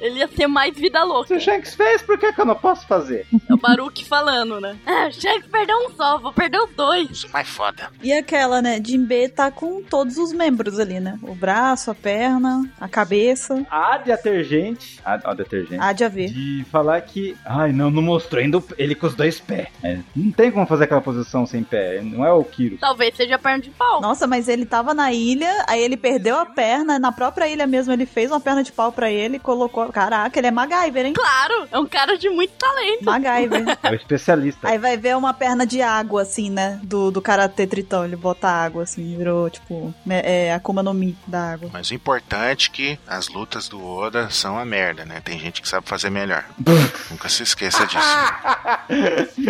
S2: Ele ia ser mais vida
S4: Se
S2: louca.
S4: o Shanks fez, por que, que eu não posso fazer?
S2: É o Baruque falando, né? (laughs) Ah, Shanks perdeu um só, vou perder os dois.
S3: Isso é mais foda.
S1: E aquela, né? Jinbe tá com todos os membros ali, né? O braço, a perna, a cabeça.
S4: Há detergente. Há, ó, detergente.
S1: Há de haver.
S4: De falar que. Ai, não, não mostrou ainda o- ele com os dois pés. É, não tem como fazer aquela posição sem pé. Não é o Kiro.
S2: Talvez seja perna de pau.
S1: Nossa, mas ele tava na ilha, aí ele perdeu a perna, na própria ilha mesmo ele fez uma perna de pau pra ele, colocou, Caraca, ele é MacGyver,
S2: (laughs)
S1: hein?
S2: Claro, é um cara de muito talento.
S1: MacGyver.
S4: É o especialista.
S1: Aí vai ver uma perna de água, assim, né? Do, do Karate Tritão. Ele bota água, assim, virou, tipo, né, é, Akuma no Mi da água.
S3: Mas o importante é que as lutas do Oda são a merda, né? Tem gente que sabe fazer melhor. Nunca se esqueça disso.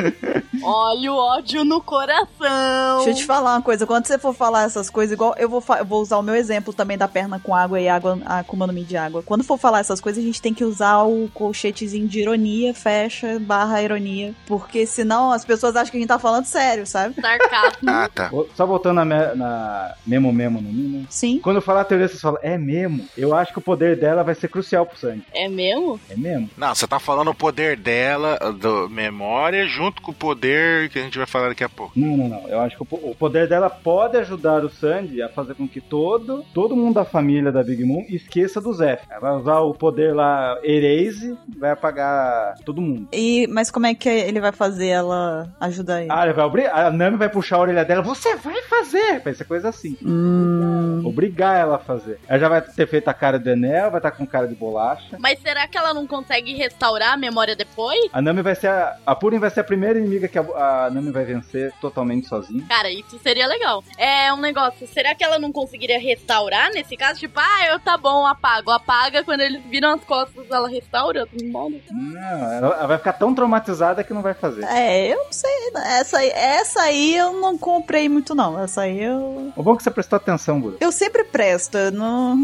S2: Olha o ódio no coração.
S1: Deixa eu te falar uma coisa. Quando você for falar essas coisas, igual eu vou, fa- eu vou usar o meu exemplo também da perna com água e água, a Akuma no Mi de água. Quando for falar essas coisas, a gente tem que usar o colchetezinho de ironia, fecha, barra ironia. Porque senão as pessoas acham que a gente tá falando sério, sabe?
S2: Sarcasmo.
S3: Ah, tá.
S4: Ô, Só voltando na, me- na Memo Memo no Mi, né?
S1: Sim.
S4: Quando eu falar a teoria, vocês falam, é mesmo? Eu acho que o poder dela vai ser crucial pro sangue.
S2: É mesmo?
S4: É mesmo?
S3: Não, você tá falando o poder dela, do memória, junto com o poder que a gente vai falar daqui a pouco.
S4: Não, não, não. Eu acho que o po- o poder dela pode ajudar o Sandy a fazer com que todo, todo mundo da família da Big Moon esqueça do Zé. Ela vai usar o poder lá, Erase, vai apagar todo mundo.
S1: E, mas como é que ele vai fazer ela ajudar ele?
S4: Ah, ele vai obrigar. A Nami vai puxar a orelha dela. Você vai fazer! Vai ser coisa assim.
S1: Hum.
S4: Obrigar ela a fazer. Ela já vai ter feito a cara do Enel, vai estar com cara de bolacha.
S2: Mas será que ela não consegue restaurar a memória depois?
S4: A Nami vai ser a. A Purim vai ser a primeira inimiga que a, a Nami vai vencer totalmente sozinha.
S2: Cara, isso seria legal. É um negócio, será que ela não conseguiria restaurar nesse caso? Tipo, ah, eu tá bom, apago. Apaga, quando eles viram as costas, ela restaura. tá Não manda.
S4: Não, ela, ela vai ficar tão traumatizada que não vai fazer.
S1: É, eu não sei. Essa, aí- essa aí eu não comprei muito, não. Essa aí eu.
S4: O bom é que você prestou atenção, Guru.
S1: Eu sempre presto, eu não,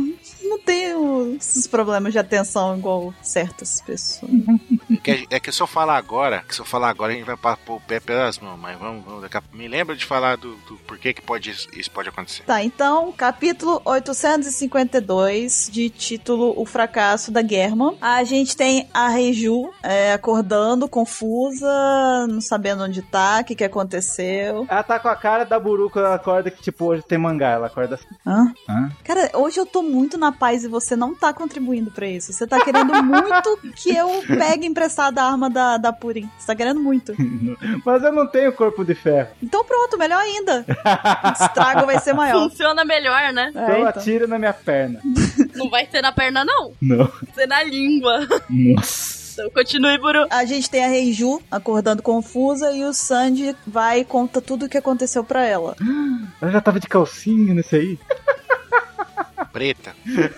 S1: não tenho esses problemas de atenção igual certas pessoas.
S3: É que, é que se eu falar agora, que se eu falar agora, a gente vai pa- pôr o pé pelas mãos, mas vamos, vamos daqui a pouco. Me lembra de falar do, do porquê que pode, isso isso pode acontecer.
S1: Tá, então, capítulo 852, de título O Fracasso da Germa. A gente tem a Reiju é, acordando, confusa, não sabendo onde tá, o que, que aconteceu.
S4: Ela tá com a cara da Buru quando ela acorda que, tipo, hoje tem mangá. Ela acorda assim.
S1: Hã?
S4: Hã?
S1: Cara, hoje eu tô muito na paz e você não tá contribuindo pra isso. Você tá querendo muito que eu pegue emprestada a arma da, da Purim. Você tá querendo muito.
S4: Mas eu não tenho corpo de ferro.
S1: Então pronto, melhor ainda. O estrago vai ser
S2: (laughs)
S1: maior.
S2: É, Funciona melhor, né?
S1: É,
S4: Então ela
S1: então.
S4: atira na minha perna.
S2: Não vai ser na perna, não.
S4: Não.
S2: Vai ser na língua.
S4: Nossa.
S2: Então continue, Buru.
S1: A gente tem a Reiju acordando confusa e o Sandy vai e conta tudo o que aconteceu pra ela.
S4: Ela já tava de calcinha nesse (laughs) aí.
S3: Preta,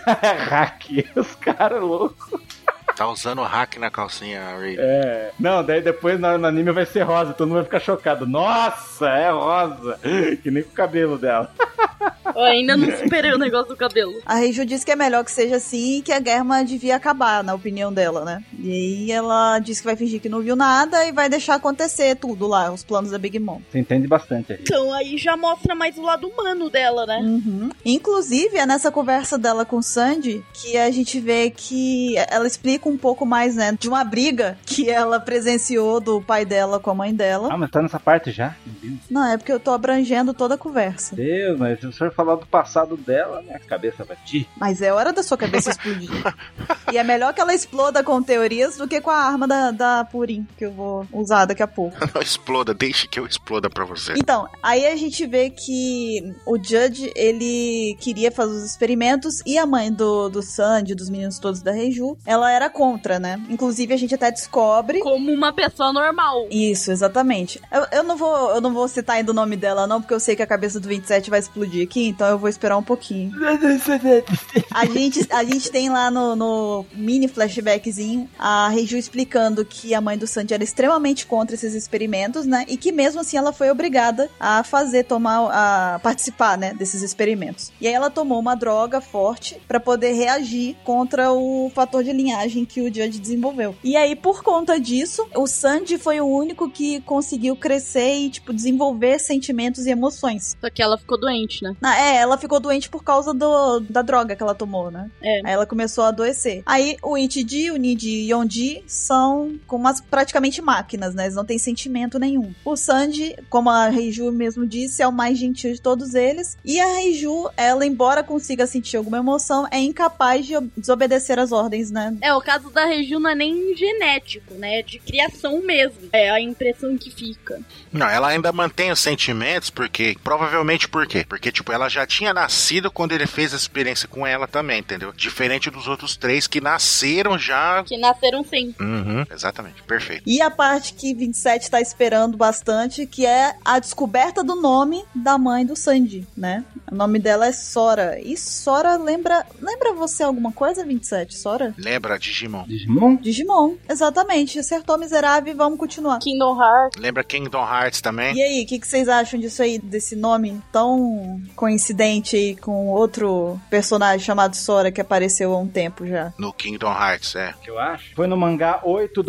S4: É, Hack. Os caras loucos.
S3: tá usando hack na calcinha, Ray.
S4: É. Não, daí depois na- no anime vai ser rosa. Todo mundo vai ficar chocado. Nossa, é rosa. (laughs) Que nem com o cabelo dela.
S2: Eu ainda não superei o negócio do cabelo.
S1: A Reiju diz que é melhor que seja assim e que a guerra devia acabar, na opinião dela, né? E aí ela diz que vai fingir que não viu nada e vai deixar acontecer tudo lá, os planos da Big Mom.
S4: Você entende bastante aí.
S2: Então aí já mostra mais o lado humano dela, né?
S1: Uhum. Inclusive, é nessa conversa dela com o Sandy que a gente vê que ela explica um pouco mais, né, de uma briga que ela presenciou do pai dela com a mãe dela.
S4: Ah, mas tá nessa parte já? Meu Deus.
S1: Não, é porque eu tô abrangendo toda a conversa.
S4: Deus, mas se o senhor falar do passado dela, minha cabeça batia.
S1: Mas é hora da sua cabeça explodir. e é melhor que ela exploda com teorias do que com a arma da, da Purim, que eu vou usar daqui a pouco.
S3: Não (laughs) exploda, deixe que eu exploda pra você.
S1: Então, aí a gente vê que o Judge, ele queria fazer os experimentos e a mãe do, do Sandy, dos meninos todos da Reiju, ela era contra, né? Inclusive, a gente até descobre...
S2: Como uma pessoa normal.
S1: Isso, exatamente. Eu, eu não vou, eu não vou citar ainda o nome dela, não, porque eu sei que a cabeça do 27 vai explodir aqui, então eu vou esperar um pouquinho. A gente, a gente tem lá no, no mini flashbackzinho a Reiju explicando que a mãe do Sandy era extremamente contra esses experimentos, né? E que mesmo assim ela foi obrigada a fazer, tomar, a participar, né? Desses experimentos. E aí ela tomou uma droga forte pra poder reagir contra o fator de linhagem que o Judge desenvolveu. E aí, por conta disso, o Sandy foi o único que conseguiu crescer e, tipo, desenvolver sentimentos e emoções.
S2: Só que ela ficou doente, né?
S1: Na- é, ela ficou doente por causa do, da droga que ela tomou, né?
S2: É.
S1: Aí ela começou a adoecer. Aí o Itidi, o Nidi e o Yondi são como as, praticamente máquinas, né? Eles não têm sentimento nenhum. O Sanji, como a Reiju mesmo disse, é o mais gentil de todos eles. E a Reiju, ela, embora consiga sentir alguma emoção, é incapaz de ob- desobedecer as ordens, né?
S2: É, o caso da Reju não é nem genético, né? É de criação mesmo. É a impressão que fica.
S3: Não, ela ainda mantém os sentimentos, porque. Provavelmente por quê? Porque, tipo, ela já tinha nascido quando ele fez a experiência com ela também, entendeu? Diferente dos outros três que nasceram já.
S2: Que nasceram sim.
S3: Uhum, exatamente, perfeito.
S1: E a parte que 27 tá esperando bastante, que é a descoberta do nome da mãe do Sandy, né? O nome dela é Sora. E Sora lembra. Lembra você alguma coisa, 27? Sora?
S3: Lembra Digimon?
S4: Digimon?
S1: Digimon, exatamente. Acertou miserável e vamos continuar.
S2: Kingdom Hearts.
S3: Lembra Kingdom Hearts também?
S1: E aí, o que, que vocês acham disso aí, desse nome tão coincidente aí com outro personagem chamado Sora que apareceu há um tempo já?
S3: No Kingdom Hearts, é.
S4: que eu acho. Foi no mangá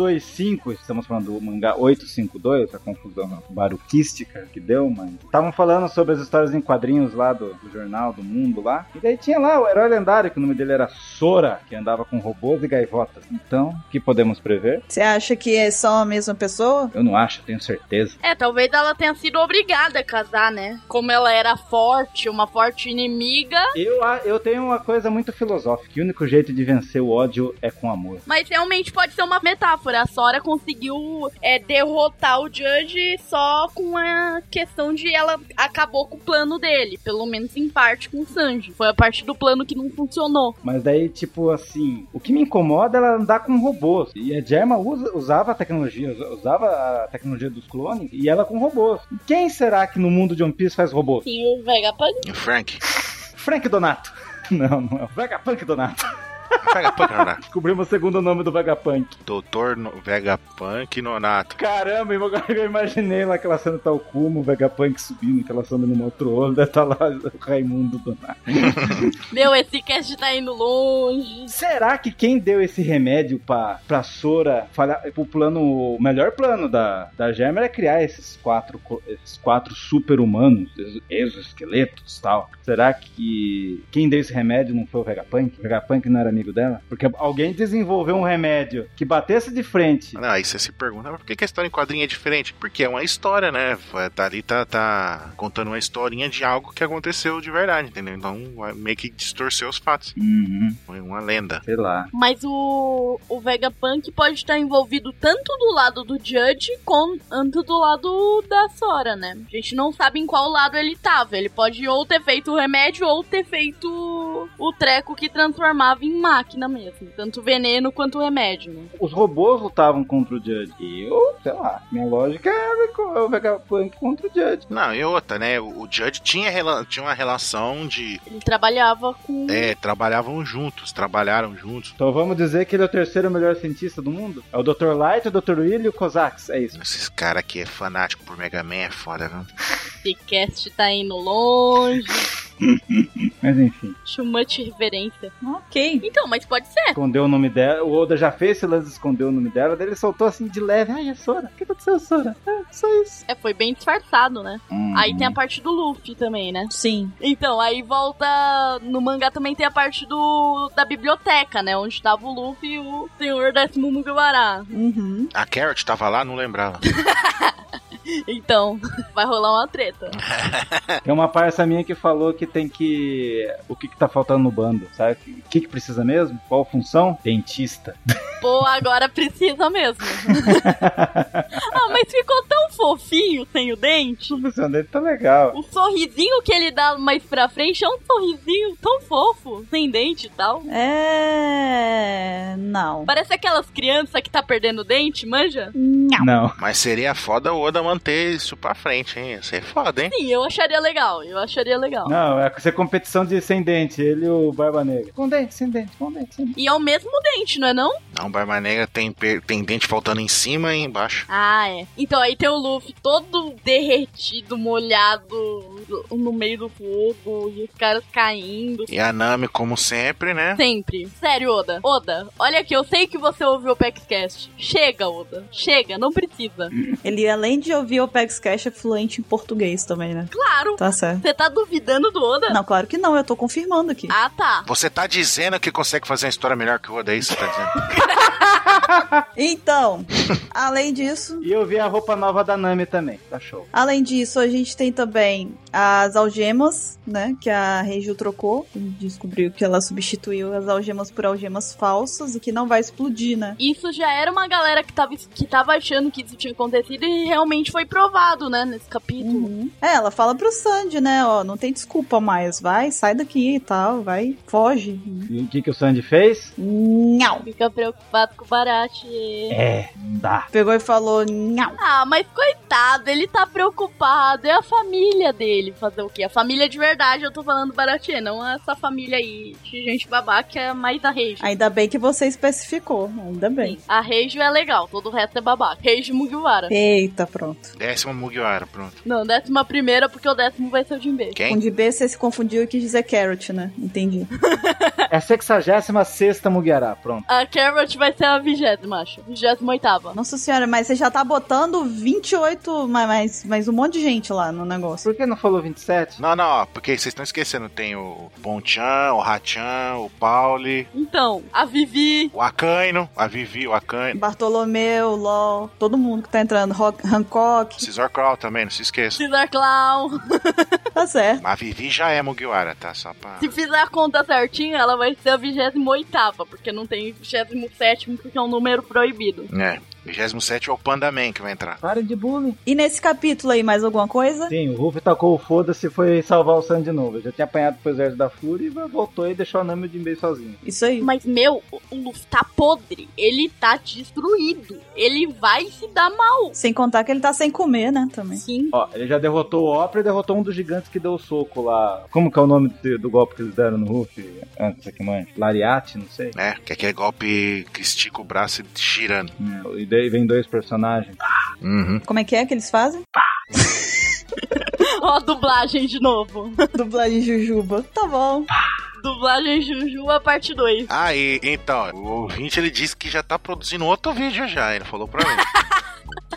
S4: 825, estamos falando do mangá 852, a confusão baruquística que deu, mano. Estavam falando sobre as histórias em quadrinhos lá do, do jornal, do mundo lá. E daí tinha lá o herói lendário, que o nome dele era Sora, que andava com robôs e gaivotas. Então, o que podemos prever?
S1: Você acha que é só a mesma pessoa?
S4: Eu não acho, eu tenho certeza.
S2: É, talvez ela tenha sido obrigada a casar, né? Como ela era forte, uma forte inimiga.
S4: Eu, a- eu tenho uma coisa muito filosófica. que O único jeito de vencer o ódio é com amor.
S2: Mas realmente pode ser uma metáfora. A Sora conseguiu é, derrotar o Judge só com a questão de ela acabou com o plano dele. Pelo menos em parte com o Sanji. Foi a parte do plano que não funcionou.
S4: Mas daí, tipo assim, o que me incomoda é ela andar com robôs. E a Gemma usa- usava a tecnologia, usa- usava a tecnologia dos clones e ela com robôs. E quem será que no mundo de One Piece faz robôs?
S2: Sim, o Vegapunk.
S3: E o Frank?
S4: Frank Donato. (laughs) Não, não é o Vegapunk Donato.
S3: Vegapunk Nonato.
S4: Descobrimos o segundo nome do Vegapunk.
S3: Doutor no... Vegapunk Nonato.
S4: Caramba, eu eu imaginei lá aquela cena tal como o Vegapunk subindo, aquela cena no outro olho, (laughs) daí tá lá o Raimundo Donato.
S2: Meu, esse cast tá indo longe.
S4: Será que quem deu esse remédio pra, pra Sora falhar, pro plano, o melhor plano da, da Gema era criar esses quatro, co- esses quatro super-humanos, ex- exoesqueletos e tal? Será que quem deu esse remédio não foi o Vegapunk? O Vegapunk não era amigo dela? Porque alguém desenvolveu um remédio que batesse de frente.
S3: Não, Ah, aí você se pergunta, mas por que que a história em quadrinho é diferente? Porque é uma história, né? Tá ali, tá, tá contando uma historinha de algo que aconteceu de verdade, entendeu? Então é, meio que distorceu os fatos. assim,
S4: Uhum,
S3: Foi uma lenda.
S4: sei lá.
S2: Mas o, o Vegapunk pode estar envolvido tanto do lado do Judge quanto do lado da Sora, né? A gente não sabe em qual lado ele tava. Ele pode ou ter feito o remédio ou ter feito o treco que transformava em máquina mesmo. Tanto o veneno quanto o remédio, né?
S4: Os robôs lutavam contra o Judge. Eu, sei lá, minha lógica é o Vegapunk contra o Judge.
S3: Não, e outra, né? O, o Judge tinha, rela- tinha uma relação de.
S2: Ele trabalhava com.
S3: É, trabalhavam juntos, trabalharam juntos.
S4: Então vamos dizer que ele é o terceiro melhor cientista do mundo? É o Dr. Light, o Dr. Will e o Kozaks, é isso.
S3: Esses cara aqui é fanático por Mega Man, é foda, viu?
S2: Esse cast tá indo longe.
S4: Mas enfim,
S2: Too much reverência.
S1: Ok.
S2: Então, mas pode ser.
S4: escondeu o nome dela, o Oda já fez esse lance de esconder o nome dela, daí ele soltou assim de leve, ai, é Sora, o que aconteceu, Sora? É, só isso.
S2: É, foi bem disfarçado, né? Aí
S4: Uhum.
S2: tem a parte do Luffy também, né?
S1: Sim.
S2: Então, aí volta. No mangá também tem a parte do da biblioteca, né? Onde tava o Luffy e o senhor décimo Mugiwara.
S1: Uhum.
S3: A Carrot tava lá, não lembrava.
S2: Então, (laughs) vai rolar uma treta.
S4: Tem uma parça minha que falou que tem que... o que que tá faltando no bando, sabe? O que que precisa mesmo? Qual função?
S2: (laughs)
S4: Dentista.
S2: Pô, agora precisa mesmo. ah, mas ficou tão fofinho sem o dente.
S4: O função dele tá legal.
S2: O sorrisinho que ele dá mais pra frente é um sorrisinho tão fofo, sem dente e tal.
S1: É. Não.
S2: Parece aquelas crianças que tá perdendo dente, manja?
S4: Não.
S3: Mas seria foda o Oda manter isso pra frente, hein? Isso é foda, hein?
S2: Sim, eu acharia legal, eu acharia legal.
S4: Não, é ser competição de sem dente, ele e o Barba Negra. Com dente, sem dente, com dente, sem dente.
S2: E é o mesmo dente, não é não?
S3: Não, Barba Negra tem, pe- tem dente faltando em cima e embaixo.
S2: Ah, é. Então aí tem o Luffy todo derretido, molhado no meio do fogo e os caras caindo.
S3: E a Nami, como sempre, né?
S2: Sempre. Sério, Oda. Oda, olha aqui, eu sei que você ouviu o Paxcast. Chega, Oda. Chega, não precisa.
S1: Ele, além de ouvir o Pegs Cash, é fluente em português também, né?
S2: Claro.
S1: Tá certo.
S2: Você tá duvidando do Oda?
S1: Não, claro que não, eu tô confirmando aqui.
S2: Ah, tá.
S3: Você tá dizendo que consegue fazer uma história melhor que o Oda, é isso que você tá dizendo?
S1: Então, além disso,
S4: E eu vi a roupa nova da Nami também. Tá show.
S1: Além disso, a gente tem também as algemas, né? Que a Regil trocou. Descobriu que ela substituiu as algemas por algemas falsas e que não vai explodir, né?
S2: Isso já era uma galera que tava, que tava achando que isso tinha acontecido e realmente foi provado, né, nesse capítulo.
S1: É, ela fala pro Sandy, né? Ó, não tem desculpa mais. Vai, sai daqui e tal. Vai, foge.
S4: E o que, que o Sandy fez?
S1: Não.
S2: Fica preocupado com o Baratie.
S4: É, não dá.
S1: Pegou e falou, não.
S2: Ah, mas coitado, ele tá preocupado. É a família dele fazer o quê? A família de verdade, eu tô falando Baratie, não é essa família aí de gente babaca que é mais a Reijo.
S1: Ainda bem que você especificou. Ainda bem.
S2: A Reijo é legal, todo o resto é babaca. Reijo Mugiwara.
S1: Eita, pronto.
S3: Décima Mugiwara, pronto.
S2: Não, décima primeira, porque o décimo vai ser o Jinbei.
S1: Com
S3: Quem?
S1: de B você se confundiu e quis dizer carrot, né? Entendi.
S4: É a 66 Mugiará, pronto.
S2: A Carrot vai ser a vigésima, acho. Vigésima oitava.
S1: Nossa senhora, mas você já tá botando 28, mas, mas, mas um monte de gente lá no negócio.
S4: Por que não falou 27?
S3: Não, não, ó, porque vocês estão esquecendo. Tem o Bonchan, o Hachan, o Pauli,
S2: Então, a Vivi,
S3: o Acaino, a Vivi, o Acaino.
S1: Bartolomeu, LOL, todo mundo que tá entrando, Rock, Hancock, (laughs)
S3: Caesar Crawl também, não se esqueça.
S2: Caesar Clown.
S1: tá certo.
S3: A Vivi já é Mugiwara, tá? Só pra...
S2: Se fizer a conta certinha, ela vai ser a 28 porque não tem 27 porque é um número proibido.
S3: É. 27 é o Panda Man que vai entrar.
S4: Parem de bullying.
S1: E nesse capítulo aí, mais alguma coisa?
S4: Sim, o Ruff tacou o foda-se e foi salvar o Sandy de novo. Ele já tinha apanhado pro exército da Fúria e voltou e deixou a Nami e o Jinbei sozinho.
S1: Isso aí.
S2: Mas, meu, o- o Luffy tá podre. Ele tá destruído. Ele vai se dar mal.
S1: Sem contar que ele tá sem comer, né, também.
S2: Sim.
S4: Ó, ele já derrotou o Opera e derrotou um dos gigantes que deu o soco lá. Como que é o nome do, do golpe que eles deram no Ruff antes aqui, mãe? Lariate, não sei.
S3: É, que é aquele golpe que estica o braço e girando.
S4: Hum, E daí vem dois personagens.
S3: Uhum.
S1: Como é que é que eles fazem?
S2: Ó, a dublagem de novo. (laughs)
S1: Dublagem Jujuba. Tá bom.
S2: dublagem Juju, a parte 2.
S3: Ah, e então, o ouvinte ele disse que já tá produzindo outro vídeo já, ele falou pra mim.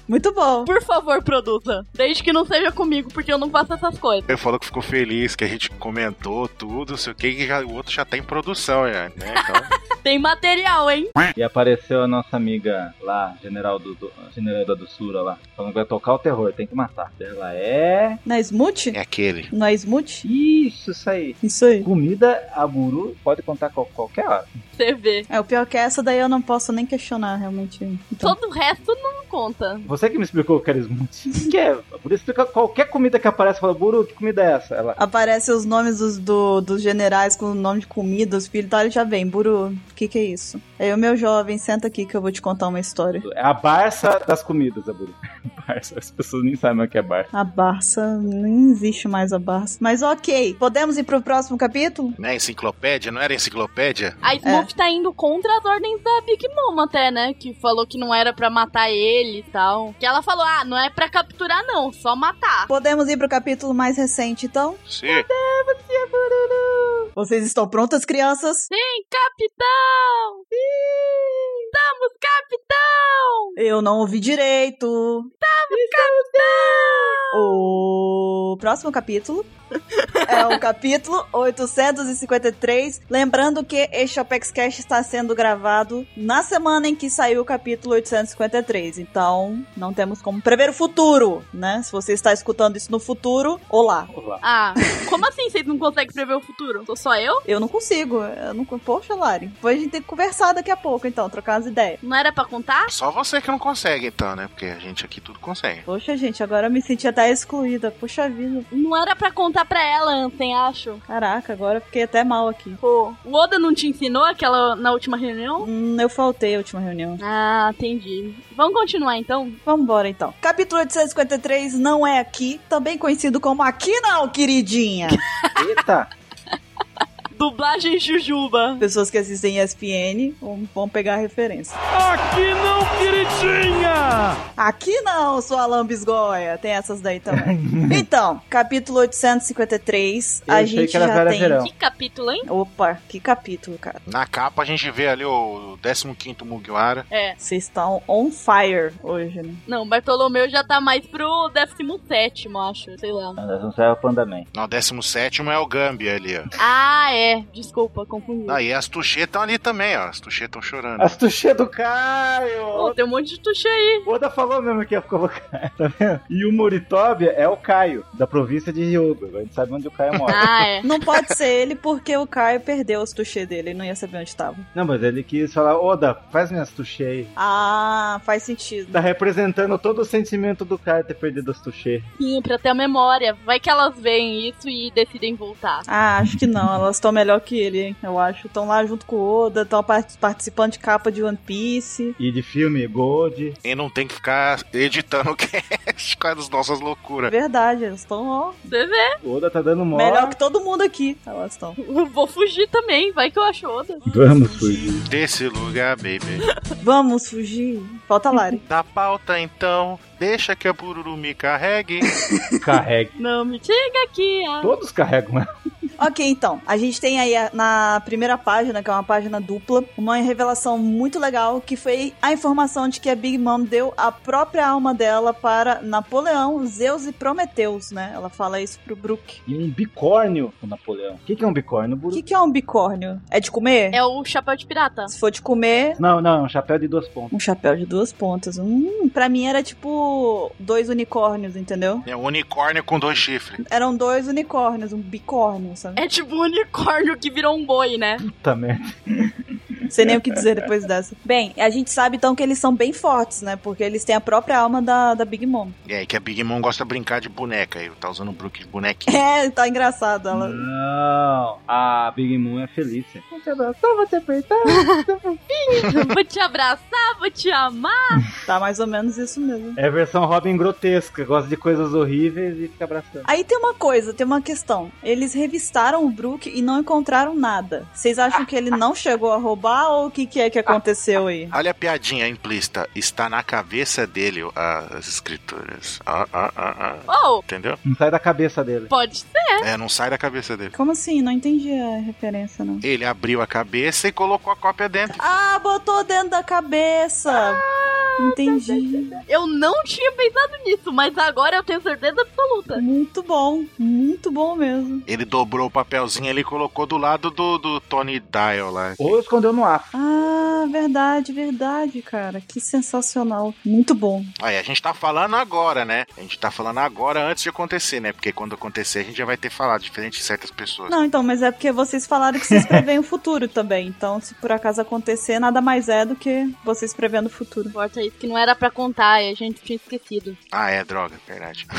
S1: Muito bom.
S2: Por favor, produza. Desde que não seja comigo, porque eu não faço essas coisas.
S3: ele falou que ficou feliz, que a gente comentou tudo, não sei o que, que já, o outro já tá em produção já, né? Então,
S2: Tem material, hein?
S4: E apareceu a nossa amiga lá, general, do, do- general da doçura lá, falando que vai tocar o terror, tem que matar. Ela é.
S1: Na Smooth?
S3: (laughs) é aquele.
S1: Na Smooth?
S4: Isso, isso aí.
S1: Isso aí.
S4: Comida, a Buru pode contar com qualquer hora.
S2: Você vê.
S1: É, o pior que essa daí eu não posso nem questionar, realmente. Então,
S2: Todo o resto não conta.
S4: Você que me explicou o que era smoothie. O que é? A Buru explica qualquer comida que aparece fala, Buru, que comida é essa? Ela.
S1: aparecem os nomes dos, do- dos generais com o nome de comida, os espiritual já vem. Buru, o que que é isso? Aí o meu jovem, senta aqui que eu vou te contar uma história.
S4: É a Barça das comidas, a Buru. (laughs) Barça, as pessoas nem sabem o que é Barça.
S1: A Barça, nem existe mais a Barça. Mas ok, podemos ir pro próximo capítulo?
S3: Né, enciclopédia, não era enciclopédia?
S2: A Smurf tá indo contra as ordens da Big Mom até, né? Que falou que não era pra matar ele e tal. Que ela falou, ah, não é pra capturar não, só matar.
S1: Podemos ir pro capítulo mais recente, então?
S3: Sim.
S1: Vocês estão prontas, crianças?
S2: Sim, capitão! Estamos, capitão!
S1: Eu não ouvi direito.
S2: Capitão!
S1: O próximo capítulo (laughs) é o capítulo 853. Lembrando que este Apex Cash está sendo gravado na semana em que saiu o capítulo 853. Então, não temos como prever o futuro, né? Se você está escutando isso no futuro, olá.
S4: Olá.
S2: Ah, como assim vocês não conseguem prever o futuro? Sou só eu?
S1: Eu não consigo. Eu não... con- Poxa, Lari. Depois a gente tem que conversar daqui a pouco, então, trocar as ideias.
S2: Não era pra contar?
S3: Só você que não consegue então, né? Porque a gente aqui tudo consegue.
S1: Poxa, gente, agora eu me senti até excluída. Puxa vida.
S2: Não era pra contar pra ela, Ansem, acho.
S1: Caraca, agora eu fiquei até mal aqui.
S2: Pô, o Oda não te ensinou aquela na última reunião?
S1: Hum, eu faltei a última reunião.
S2: Ah, entendi. Vamos continuar então?
S1: Vambora então. Capítulo 853 não é aqui, também conhecido como Aqui Não,
S4: (laughs)
S1: queridinha.
S4: Eita!
S2: Dublagem Jujuba.
S1: Pessoas que assistem ESPN vão, vão pegar a referência.
S7: Aqui não, queridinha!
S1: Aqui não, sua lambisgoia. Tem essas daí também. (laughs) então, capítulo 853.
S4: Eu
S1: a
S4: achei
S1: gente
S4: que era
S1: já
S4: Vera
S1: tem.
S4: Verão.
S2: Que capítulo, hein?
S1: Opa, que capítulo, cara.
S3: Na capa a gente vê ali o 15º Mugiwara.
S2: É.
S1: Vocês estão on fire hoje, né?
S2: Não, Bartolomeu já tá mais pro 17, acho. Sei lá.
S4: Mas não saiu o Pandaman.
S3: Não, o 17 é o Gambi ali, ó.
S2: Ah, é. Desculpa, confundi.
S3: Aí as Tuxê estão ali também, ó. As Tuxê estão chorando.
S4: As tuchas do Caio!
S2: Pô, tem um monte de tuxa aí.
S4: O Oda falou mesmo que ia colocar, (laughs) tá vendo? E o Muritóbia é o Caio, da província de Ryogo. Agora A gente sabe onde o
S1: (laughs)
S4: Caio mora.
S2: Ah, é.
S1: Não pode ser ele porque o Caio perdeu os tuchê dele, ele não ia saber onde tava.
S4: Não, mas ele quis falar, Oda, faz minhas tuchê aí.
S1: Ah, faz sentido.
S4: Tá representando todo o sentimento do Caio ter perdido as tuchê.
S2: Sim, pra ter a memória. Vai que elas veem isso e decidem voltar.
S1: Ah, acho que não, elas estão melhor que ele, hein? eu acho. Estão lá junto com o Oda, estão participando de capa de One Piece.
S4: E de filme, Gold.
S3: E não tem que ficar editando (laughs) o cast com as nossas loucuras.
S1: Verdade, elas estão, ó,
S2: Você vê?
S4: O Oda tá dando mó.
S1: melhor que todo mundo aqui. Elas estão.
S2: Vou fugir também. Vai que eu acho outra.
S4: Vamos, fugir.
S3: Desse lugar, (laughs) baby.
S1: Vamos fugir. Falta a Lari.
S3: Da pauta, então, deixa que a Bururu me carregue.
S4: Carregue.
S2: Não me diga aqui. Ah.
S4: Todos carregam né? ela.
S1: Ok, então. A gente tem aí a- na primeira página, que é uma página dupla, uma revelação muito legal, que foi a informação de que a Big Mom deu a própria alma dela para Napoleão, Zeus e Prometeus, né? Ela fala isso pro Brook.
S4: E um bicórnio, o Napoleão. O que, que é um bicórnio,
S1: O
S4: Buru?
S1: que, que é um bicórnio? É de comer?
S2: É o chapéu de pirata.
S1: Se for de comer.
S4: Não, não, é um chapéu de duas pontas.
S1: Um chapéu de duas pontas. Hum, pra mim era tipo dois unicórnios, entendeu?
S3: É um unicórnio com dois chifres.
S1: Eram dois unicórnios, um bicórnio, sabe?
S2: É tipo um unicórnio que virou um boi, né?
S4: Puta merda.
S1: Não sei nem o que dizer depois dessa. Bem, a gente sabe então que eles são bem fortes, né? Porque eles têm a própria alma da, da Big Mom. (laughs)
S3: E aí É, que a Big Mom gosta de brincar de boneca. Ele tá usando o Brook de bonequinho.
S1: É, tá engraçado ela.
S4: Não, a Big Moon é Felícia. Vou te abraçar, vou te apertar.
S2: vou te abraçar, vou te amar.
S1: Tá mais ou menos isso mesmo.
S4: É a versão Robin grotesca, gosta de coisas horríveis e fica abraçando.
S1: Aí tem uma coisa, tem uma questão. Eles revistaram o Brook e não encontraram nada. Vocês acham que ele não chegou a roubar ou o que, que é que aconteceu aí?
S3: Olha a piadinha implícita. Está na cabeça dele as escrituras. Ah, ah, ah, ah.
S2: Oh,
S3: Entendeu?
S4: Não sai da cabeça dele.
S2: pode ser.
S3: É, não sai da cabeça dele.
S1: Como assim? Não entendi a referência, não.
S3: Ele abriu a cabeça e colocou a cópia dentro.
S1: Ah, botou dentro da cabeça! Entendi.
S2: Eu não tinha pensado nisso, mas agora eu tenho certeza absoluta.
S1: Muito bom, muito bom mesmo.
S3: Ele dobrou o papelzinho ali e colocou do lado do, do Tony Dial lá.
S4: Ou escondeu no ar.
S1: Ah, verdade, verdade, cara. Que sensacional. Muito bom.
S3: Aí, a gente tá falando agora, né? A gente tá falando agora antes de acontecer, né? Porque quando acontecer a gente já vai ter falado, diferente de certas pessoas.
S1: Não, então, mas é porque vocês falaram que vocês preveem o futuro também. Então, se por acaso acontecer, nada mais é do que vocês prevendo o futuro.
S2: Corta isso que não era pra contar e a gente tinha esquecido.
S3: Ah, é, droga, verdade. (laughs)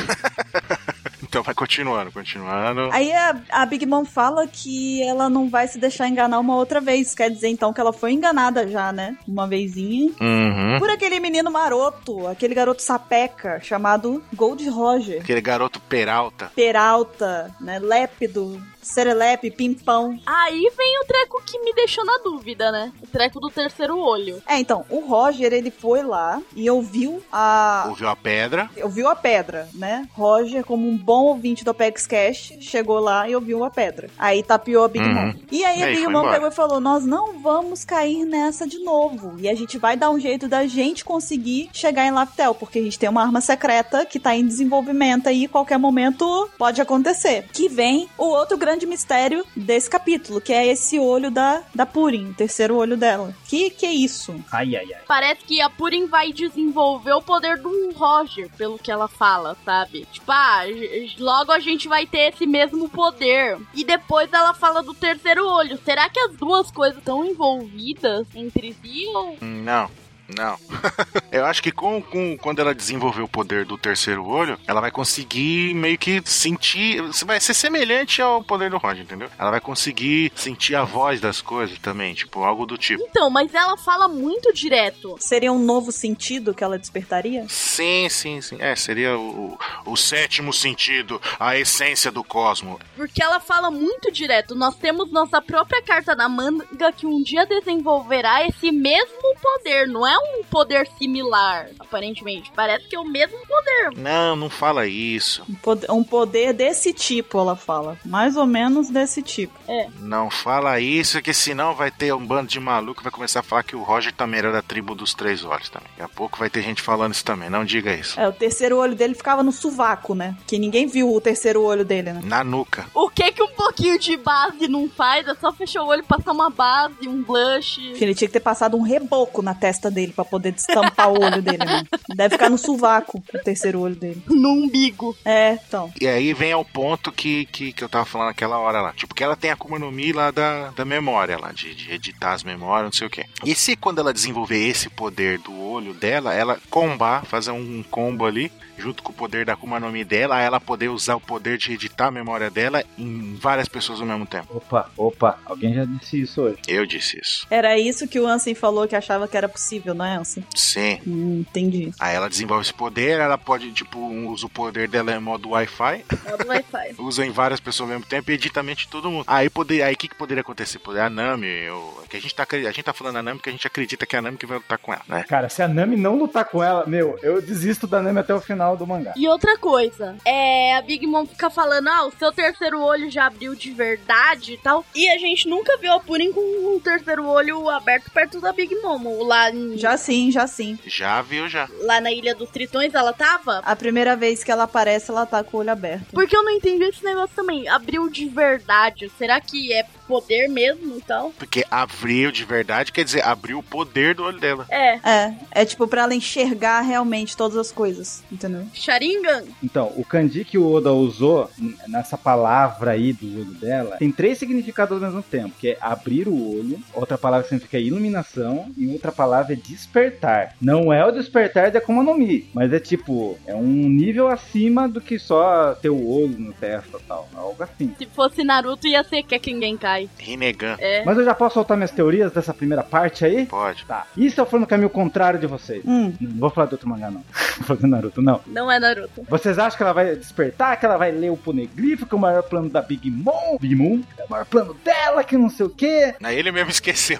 S3: então vai continuando, continuando.
S1: Aí a, a Big Mom fala que ela não vai se deixar enganar uma outra vez. Quer dizer, então, que ela foi enganada já, né? Uma vezinha.
S3: Uhum.
S1: Por aquele menino maroto, aquele garoto sapeca, chamado Gold Roger.
S3: Aquele garoto Peralta.
S1: Peralta, né? Lépido, Serelepe, Pimpão.
S2: Aí vem o treco que me deixou na dúvida, né? O treco do terceiro olho.
S1: É, então, o Roger, ele foi lá e ouviu a.
S3: Ouviu a pedra.
S1: Ouviu a pedra, né? Roger, como um bom ouvinte do Apex Cash, chegou lá e ouviu a pedra. Aí tapeou a Big
S3: Uhum.
S1: Mom. E aí
S3: E
S1: a
S3: aí
S1: Big
S3: foi
S1: Mom
S3: embora.
S1: pegou e falou: Nós não vamos cair nessa de novo. E a gente vai dar um jeito da gente conseguir chegar em Laftel, porque a gente tem uma arma secreta que tá em desenvolvimento aí, qualquer momento pode acontecer. Que vem o outro grande mistério desse capítulo, que é esse olho da, da Purim, o terceiro olho dela. Que que é isso?
S4: Ai, ai, ai.
S2: Parece que a Purim vai desenvolver o poder do Roger, pelo que ela fala, sabe? Tipo, ah, j- j- logo a gente vai ter esse mesmo poder. E depois ela fala do terceiro olho. Será que as duas coisas estão envolvidas entre si ou
S3: Hum, Não. Não. (laughs) Eu acho que com, com quando ela desenvolver o poder do terceiro olho, ela vai conseguir meio que sentir. Vai ser semelhante ao poder do Roger, entendeu? Ela vai conseguir sentir a voz das coisas também, tipo, algo do tipo.
S2: Então, mas ela fala muito direto.
S1: Seria um novo sentido que ela despertaria?
S3: Sim, sim, sim. É, seria o, o- o sétimo sentido, a essência do cosmo.
S2: Porque ela fala muito direto. Nós temos nossa própria carta na manga que um dia desenvolverá esse mesmo poder. Não é um poder similar, aparentemente. Parece que é o mesmo poder.
S3: Não, não fala isso.
S1: Um poder, um poder desse tipo, ela fala. Mais ou menos desse tipo.
S3: Não fala isso, que senão vai ter um bando de maluco que vai começar a falar que o Roger também era da tribo dos três olhos também. Daqui a pouco vai ter gente falando isso também. Não diga isso.
S1: É, o terceiro olho dele ficava no sovaco, né? Que ninguém viu o terceiro olho dele, né?
S3: Na nuca.
S2: O que que um pouquinho de base não faz? É só fechar o olho, passar uma base, um
S1: Que
S2: blush. (laughs)
S1: ele tinha que ter passado um reboco na testa dele pra poder destampar o olho dele, né? Deve ficar no sovaco o terceiro olho dele.
S2: No umbigo.
S1: É, então.
S3: E aí vem ao ponto que, que, que eu tava falando aquela hora lá. Tipo, que ela tem a Akuma no Mi lá da, da memória, lá, de, de editar as memórias, não sei o quê. E se quando ela desenvolver esse poder do olho dela, ela combar, fazer um combo ali, junto com o poder da Akuma no Mi dela, ela poder usar o poder de editar a memória dela em várias pessoas ao mesmo tempo.
S4: Opa, opa, alguém já disse isso hoje.
S3: Eu disse isso.
S1: Era isso que o Ansem falou que achava que era possível, não é, Ansem?
S3: Sim.
S1: Hum, entendi.
S3: Aí ela desenvolve esse poder, ela pode, tipo, usa o poder dela em modo Wi-Fi,
S2: É do Wi-Fi.
S3: usa em várias pessoas ao mesmo tempo e edita a mente de todo mundo. Aí poder, aí o que, que poderia acontecer? Poder a Nami, eu, que a gente tá acre- a gente tá falando a Nami porque a gente acredita que é a Nami que vai lutar com ela, né?
S4: Cara, se a Nami não lutar com ela, meu, eu desisto da Nami até o final do mangá.
S2: E outra coisa, é a Big Mom fica falando, ah, o seu terceiro olho já abriu de verdade e tal. E a gente nunca viu a Purim com um terceiro olho aberto perto da Big Mom. ou Lá, em-
S1: Já sim, já sim.
S3: Já viu, já.
S2: lá na Ilha dos Tritões ela tava?
S1: A primeira vez que ela aparece, ela tá com o olho aberto.
S2: Porque eu não entendi esse negócio também. Abriu de verdade. Será que é poder mesmo e tal?
S3: Porque abriu de verdade, quer dizer, abriu o poder do olho dela.
S2: É.
S1: É, é tipo pra ela enxergar realmente todas as coisas, entendeu?
S2: Sharingan?
S4: Então, o kanji que o Oda usou n- nessa palavra aí do olho dela tem três significados ao mesmo tempo, que é abrir o olho, outra palavra significa iluminação e outra palavra é despertar. Não é o despertar de Akuma no Mi, mas é tipo, é um nível acima do que só ter o olho no testa e tal, algo assim.
S2: Se fosse Naruto, ia ser Kekkingen Kai.
S3: Rinnegan.
S4: É. Mas eu já posso soltar minhas teorias dessa primeira parte aí?
S3: Pode.
S4: Tá, e se eu for no caminho contrário de vocês?
S1: Hum,
S4: Não vou falar do outro mangá não, (laughs) vou fazer Naruto não.
S2: Não é Naruto.
S4: Vocês acham que ela vai despertar, que ela vai ler o Poneglyph, que é o maior plano da Big Mom? Big Mom? É o maior plano dela, que não sei o quê.
S3: Aí ele mesmo (laughs) esqueceu.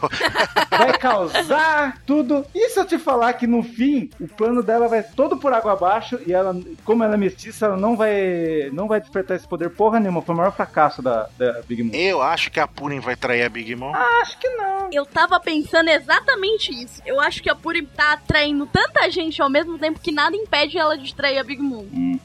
S4: Vai causar (laughs) tudo. E se eu te falar que no fim, o plano dela vai todo por água abaixo e ela, como ela é mestiça, ela não vai, não vai despertar esse poder porra nenhuma. Foi o maior fracasso da, da Big Mom.
S3: Eu acho que a Purim vai trair a Big Mom.
S4: Acho que não.
S2: Eu tava pensando exatamente isso. Eu acho que a Puri tá atraindo tanta gente ao mesmo tempo que nada impede ela de trair a Big Mom.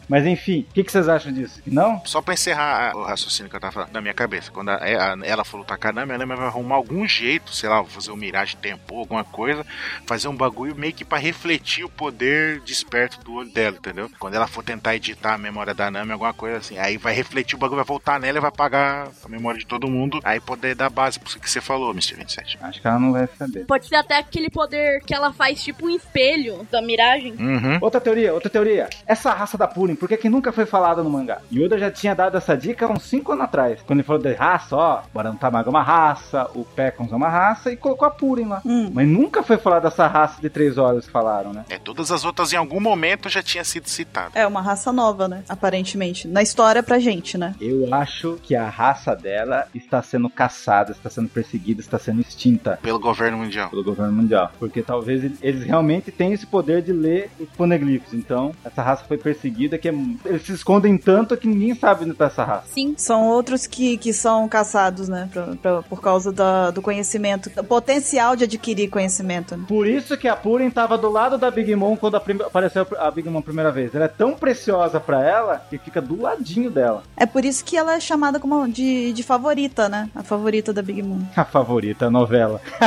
S4: Mas enfim, o que, que vocês acham disso? Que Não?
S3: Só pra encerrar a- o raciocínio que eu tava falando na minha cabeça, quando a- é, a- ela for lutar com a Nami, a Nami vai arrumar algum jeito, sei lá, fazer um miragem tempo, alguma coisa, fazer um bagulho meio que pra refletir o poder desperto do olho dela, entendeu? Quando ela for tentar editar a memória da Nami, alguma coisa assim, aí vai refletir o bagulho, vai voltar nela e vai apagar a memória de todo mundo, aí poder dar base pro que você falou, Mr. 27.
S4: Acho que ela não vai saber.
S2: Pode ser até aquele poder que ela faz tipo um espelho da miragem.
S3: Uhum.
S4: Outra teoria, outra teoria. Essa raça da Purim, por que, que nunca foi falada no mangá? Yoda já tinha dado essa dica há uns 5 anos atrás. Quando ele falou de raça, ó, o Barantamaga é uma raça, o Pecons é uma raça, e colocou a Purim lá.
S1: hum.
S4: Mas nunca foi falado dessa raça de três olhos que falaram, né?
S3: É, todas as outras em algum momento já tinha sido citada.
S1: É uma raça nova, né? Aparentemente. Na história pra gente, né?
S4: Eu acho que a raça dela está sendo caçada, está sendo perseguida, está sendo extinta
S3: Pelo governo mundial.
S4: pelo governo mundial. Porque talvez ele- eles realmente tenham esse poder de ler os poneglyphs. Então, essa raça foi perseguida que é- eles se escondem tanto que ninguém sabe onde está essa raça.
S2: Sim.
S1: São outros que, que são caçados, né? Pra, pra- por causa da- do conhecimento, do potencial de adquirir conhecimento. né?
S4: Por isso que a Purim tava do lado da Big Mom quando a prim- apareceu a Big Mom a primeira vez. Ela é tão preciosa pra ela que fica do ladinho dela. (laughs)
S1: É por isso que ela é chamada como de, de favorita, né? A favorita da Big Moon.
S4: A favorita novela. (laughs)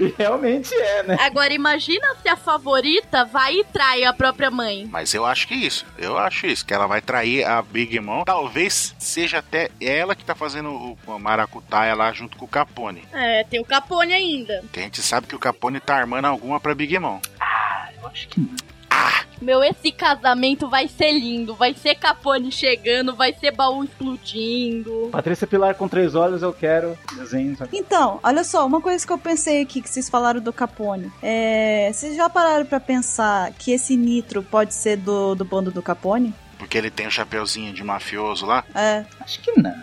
S4: E Realmente é, né?
S2: Agora imagina se a favorita vai e trai a própria mãe.
S3: Mas eu acho que é isso. Eu acho isso. Que ela vai trair a Big Mom. Talvez seja até ela que tá fazendo o o maracutaia lá junto com o Capone.
S2: É, tem o Capone ainda.
S3: Que a gente sabe que o Capone tá armando alguma pra Big Mom.
S2: Meu, esse casamento vai ser lindo. Vai ser Capone chegando, vai ser baú explodindo.
S4: Patrícia Pilar com três olhos, eu quero desenho. sabe?
S1: Então, olha só, uma coisa que eu pensei aqui que vocês falaram do Capone. É, vocês já pararam pra pensar que esse Nitro pode ser do, do bando do Capone?
S3: Porque ele tem o chapeuzinho de mafioso lá.
S1: É.
S4: Acho que não.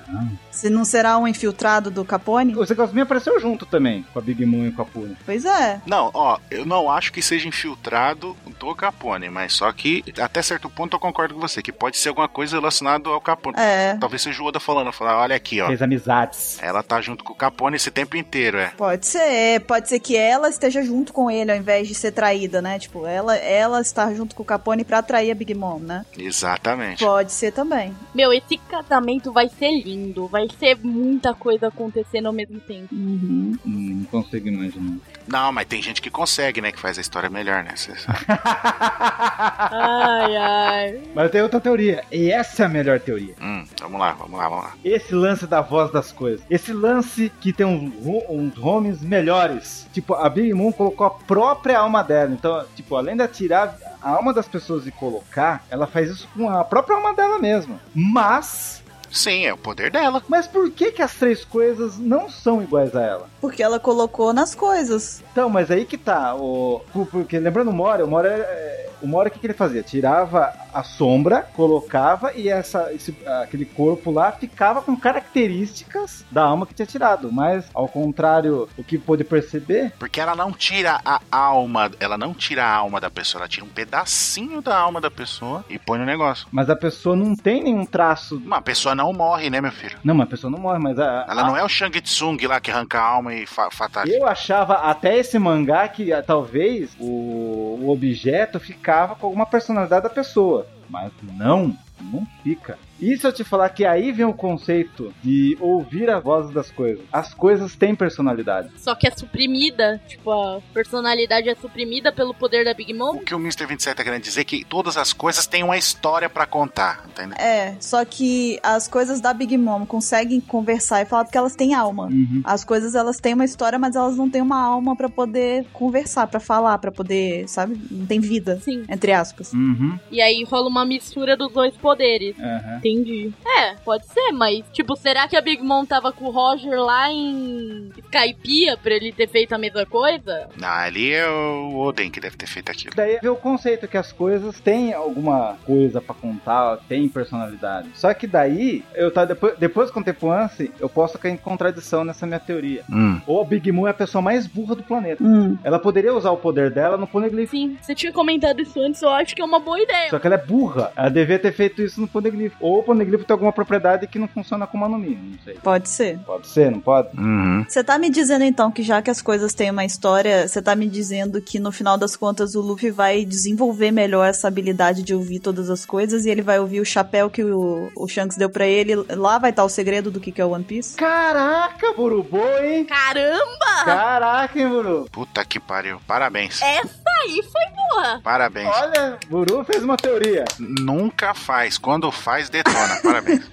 S1: Se não será um infiltrado do Capone?
S4: O Zegosmin apareceu junto também, com a Big Moon e com a Puna.
S1: Pois é.
S3: Não, ó, eu não acho que seja infiltrado do Capone, mas só que até certo ponto eu concordo com você, que pode ser alguma coisa relacionada ao Capone.
S1: É.
S3: Talvez seja o Oda falando, falar, olha aqui, ó.
S4: Fez amizades.
S3: Ela tá junto com o Capone esse tempo inteiro, é.
S1: Pode ser, pode ser que ela esteja junto com ele ao invés de ser traída, né? Tipo, ela, ela estar junto com o Capone pra atrair a Big Mom, né?
S3: Exatamente.
S1: Pode ser também.
S2: Meu, esse casamento vai ser lindo. Vai ser muita coisa acontecendo ao mesmo tempo.
S1: Uhum.
S4: Hum, Não consigo imaginar.
S3: Não, mas tem gente que consegue, né? Que faz a história melhor, né? Cê sabe.
S2: Ai, ai.
S4: Mas eu tenho outra teoria, e essa é a melhor teoria.
S3: Hum, vamos lá, vamos lá, vamos lá.
S4: Esse lance da voz das coisas. Esse lance que tem uns, ru- uns homens melhores. Tipo, a Big Moon colocou a própria alma dela. Então, tipo, além de tirar a alma das pessoas e colocar, ela faz isso com a própria alma dela mesma. Mas.
S3: Sim, é o poder dela.
S4: Mas por que, que as três coisas não são iguais a ela?
S1: Porque ela colocou nas coisas.
S4: Então, mas aí que tá. O, por- porque lembrando o Mora, o Mora, é, o Mora o que, que ele fazia? Tirava a sombra, colocava e essa, esse- aquele corpo lá ficava com características da alma que tinha tirado. Mas, ao contrário, o que pôde perceber,
S3: Porque ela não tira a alma, ela não tira a alma da pessoa, ela tira um pedacinho da alma da pessoa e põe no negócio.
S4: mas a pessoa não tem nenhum traço.
S3: Uma pessoa não morre, né, meu filho?
S4: Não, mas a pessoa não morre, mas a.
S3: Ela não é o Shang Tsung lá que arranca a alma e fa fataliza.
S4: Eu achava até esse mangá que ah, talvez o, o objeto ficava com alguma personalidade da pessoa. Mas não, não fica. E se eu te falar que aí vem o conceito de ouvir a voz das coisas. As coisas têm personalidade.
S2: Só que é suprimida. Tipo, a personalidade é suprimida pelo poder da Big Mom.
S3: O que o Mr. 27 tá querendo dizer é que todas as coisas têm uma história pra contar, entendeu?
S1: É, só que as coisas da Big Mom conseguem conversar e falar porque elas têm alma. As coisas elas têm uma história, mas elas não têm uma alma pra poder conversar, pra falar, pra poder, sabe? Não tem vida,
S2: Sim.
S1: entre aspas.
S4: Uhum.
S2: E aí rola uma mistura dos dois poderes.
S4: Aham.
S2: Entendi. É, pode ser, mas, tipo, será que a Big Mom tava com o Roger lá em Skypiea pra ele ter feito a mesma coisa?
S3: Não, ali é o Oden que deve ter feito aquilo.
S4: Daí vem o conceito que as coisas têm alguma coisa pra contar, têm personalidade. Só que daí, eu tá depois, depois do Contempoance, eu posso cair em contradição nessa minha teoria.
S3: Hum.
S4: Ou a Big Moon é a pessoa mais burra do planeta.
S1: Hum.
S4: Ela poderia usar o poder dela no Poneglyph.
S2: Sim, você tinha comentado isso antes, eu acho que é uma boa ideia.
S4: Só que ela é burra. Ela devia ter feito isso no Poneglyph. Ou o Poneglyph tem alguma propriedade que não funciona como Mi, não sei.
S1: Pode ser.
S4: Pode ser, não pode?
S3: Uhum.
S1: Você tá me dizendo então que já que as coisas têm uma história, você tá me dizendo que no final das contas o Luffy vai desenvolver melhor essa habilidade de ouvir todas as coisas e ele vai ouvir o chapéu que o, o Shanks deu pra ele, lá vai estar o segredo do que, que é o One Piece?
S4: Caraca, Burubu, hein?
S2: Caramba,
S4: Caraca, hein, Buru?
S3: Puta que pariu. Parabéns.
S2: essa aí foi boa.
S3: Parabéns.
S4: Olha, Buru fez uma teoria.
S3: Nunca faz. Quando faz, detona. (laughs) Parabéns.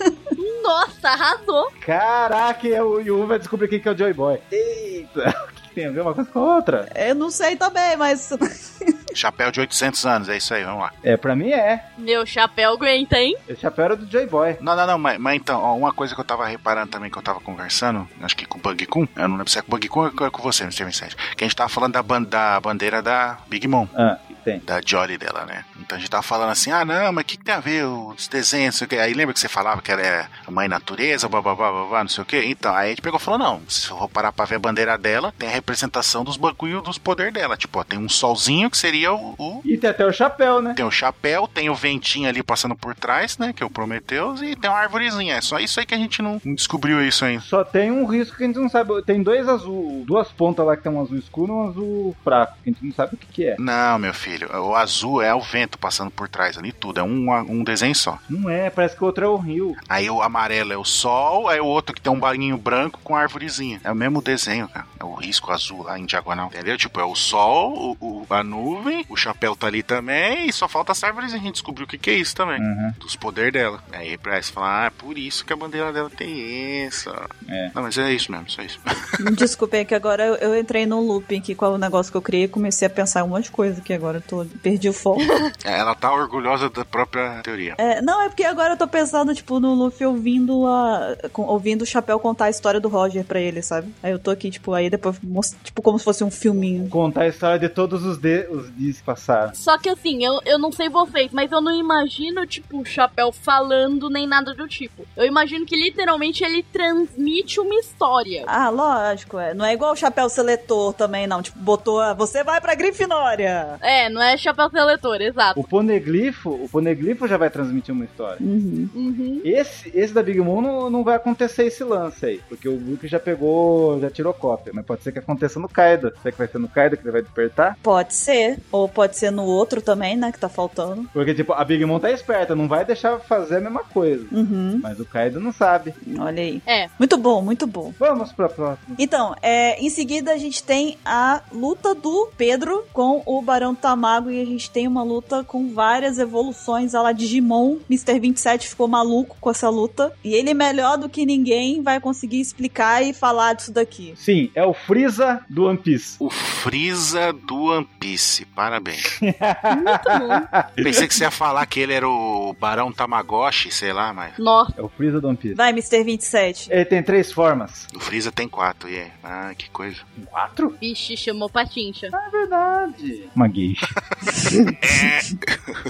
S2: Nossa, arrasou.
S4: Caraca, e o Yu vai descobrir quem que é o Joy Boy. Eita, (laughs) o que que tem a ver uma coisa com a outra?
S1: Eu não sei também, mas (laughs)
S3: Chapéu de 800 anos, é isso aí, vamos lá.
S4: É, pra mim é.
S2: Meu chapéu aguenta, hein?
S4: Esse chapéu era do Joy Boy.
S3: Não, não, não, mas, mas então, ó, uma coisa que eu tava reparando também, que eu tava conversando, acho que com o Bug Kun, eu não lembro se é com o Bug Kun ou é com você, Mr. 27, que a gente tava falando da, ban da bandeira da Big Mom.
S4: Ah, tem.
S3: da Jolly dela, né? Então a gente tava falando assim, ah não, mas o que, que tem a ver os desenhos, não sei o quê. Aí lembra que você falava que ela é a mãe natureza, blá blá blá blá, blá não sei o quê? Então, aí a gente pegou e falou, não, se eu for parar pra ver a bandeira dela, tem a representação dos bagulho dos poderes dela. Tipo, ó, tem um solzinho que seria o. o-
S4: E tem até o chapéu, né?
S3: tem o chapéu, tem o ventinho ali passando por trás, né? Que é o Prometheus, e tem uma arvorezinha. É só isso aí que a gente não não descobriu isso ainda.
S4: Só tem um risco que a gente não sabe. Tem dois azul, duas pontas lá que tem um azul escuro e um azul fraco, que a gente não sabe o que que é.
S3: Não, meu filho, o azul é o vento passando por trás ali, tudo. É um, um desenho só.
S4: Não é, parece que o outro é o rio.
S3: Aí o amarelo é o sol, aí o outro que tem um balinho branco com a arvorezinha. É o mesmo desenho, cara. É o risco azul lá em diagonal. Entendeu? Tipo, é o sol, o- o- a nuvem, o chapéu tá ali também, e só falta essa arvorezinha. A gente descobriu o que, que é isso também.
S4: Uhum.
S3: Dos poderes dela. Aí pra você falar, ah, é por isso que a bandeira dela tem essa.
S4: É.
S3: Não, mas é isso mesmo, só isso. (laughs)
S1: é me desculpem que agora eu, eu entrei num looping aqui com o negócio que eu criei e comecei a pensar um monte de coisa aqui agora. tô, perdi o foco.
S3: É, Ela tá orgulhosa da própria teoria.
S1: É, não, é porque agora eu tô pensando, tipo, no Luffy ouvindo a. com- ouvindo o Chapéu contar a história do Roger pra ele, sabe? Aí eu tô aqui, tipo, aí depois, mos- tipo, como se fosse um filminho.
S4: Contar a história de todos os, de, os dias que passaram.
S2: Só que assim, eu, eu não sei vocês, mas eu não imagino, tipo, o Chapéu falando nem nada do tipo. Eu imagino que literalmente ele transmite uma história.
S1: Ah, lógico, é. Não é igual o Chapéu Seletor também, não. Tipo, botou a. Você vai pra Grifinória!
S2: É, não é Chapéu Seletor, exato.
S4: O Poneglifo, o Poneglifo já vai transmitir uma história.
S1: Uhum.
S2: Uhum.
S4: Esse, esse da Big Moon não, não vai acontecer esse lance aí, porque o Luffy já pegou, já tirou cópia, mas pode ser que aconteça no Kaido. Será que vai ser no Kaido que ele vai despertar?
S1: Pode ser. Ou pode ser no outro também, né? Que tá faltando.
S4: Porque, tipo, a Big Mom tá esperta, não vai deixar fazer a mesma coisa.
S1: Uhum.
S4: Mas o Kaido não sabe.
S1: Olha aí.
S2: É.
S1: Muito bom, muito bom.
S4: Vamos pra próxima.
S1: Então, é, em seguida a gente tem a luta do Pedro com o Barão Tamago e a gente tem uma luta com várias evoluções a lá Digimon. Mr. 27 ficou maluco com essa luta e ele é melhor do que ninguém vai conseguir explicar e falar disso daqui.
S4: Sim, é o Freeza do One Piece.
S3: O Freeza do One Piece, parabéns.
S2: Muito bom.
S3: (laughs) Pensei que você ia falar que ele era o Barão Tamagotchi, sei lá, mas.
S2: Nossa,
S4: É o Freeza do One Piece.
S1: Vai, Mr. 27.
S4: Ele tem três formas.
S3: O Freeza tem quatro, e é. Ah, que coisa. (laughs)
S4: Quatro?
S2: vixe, chamou Patincha.
S4: É verdade. Uma gay.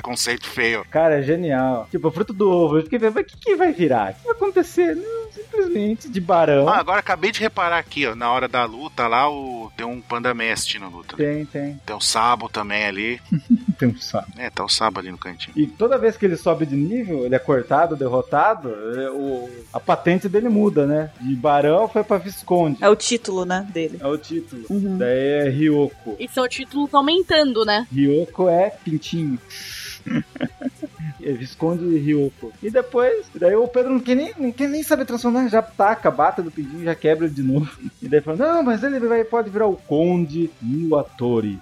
S3: Conceito feio.
S4: Cara, é genial. Tipo, fruto do ovo. Eu fiquei pensando, mas o que, que vai virar? O que vai acontecer? Não, simplesmente de barão.
S3: Ah, agora acabei de reparar aqui, ó. Na hora da luta lá, o... tem um Panda Mestre na luta. né?
S4: Tem, tem.
S3: Tem o Sabo também ali.
S4: Tem um saco.
S3: É, tá o Sabo ali no cantinho.
S4: E toda vez que ele sobe de nível, ele é cortado, derrotado, é, o, a patente dele muda, né? De barão foi pra Visconde.
S1: É o título, né, dele.
S4: É o título.
S1: Uhum.
S4: Daí é Ryoko.
S2: E são títulos aumentando, né?
S4: Ryoko é pintinho. É Visconde e Ryoko. E depois, daí o Pedro não quer, nem, não quer nem saber transformar, já taca, bata do pintinho, já quebra ele de novo. E daí fala, não, mas ele vai, pode virar o Conde Niwatori,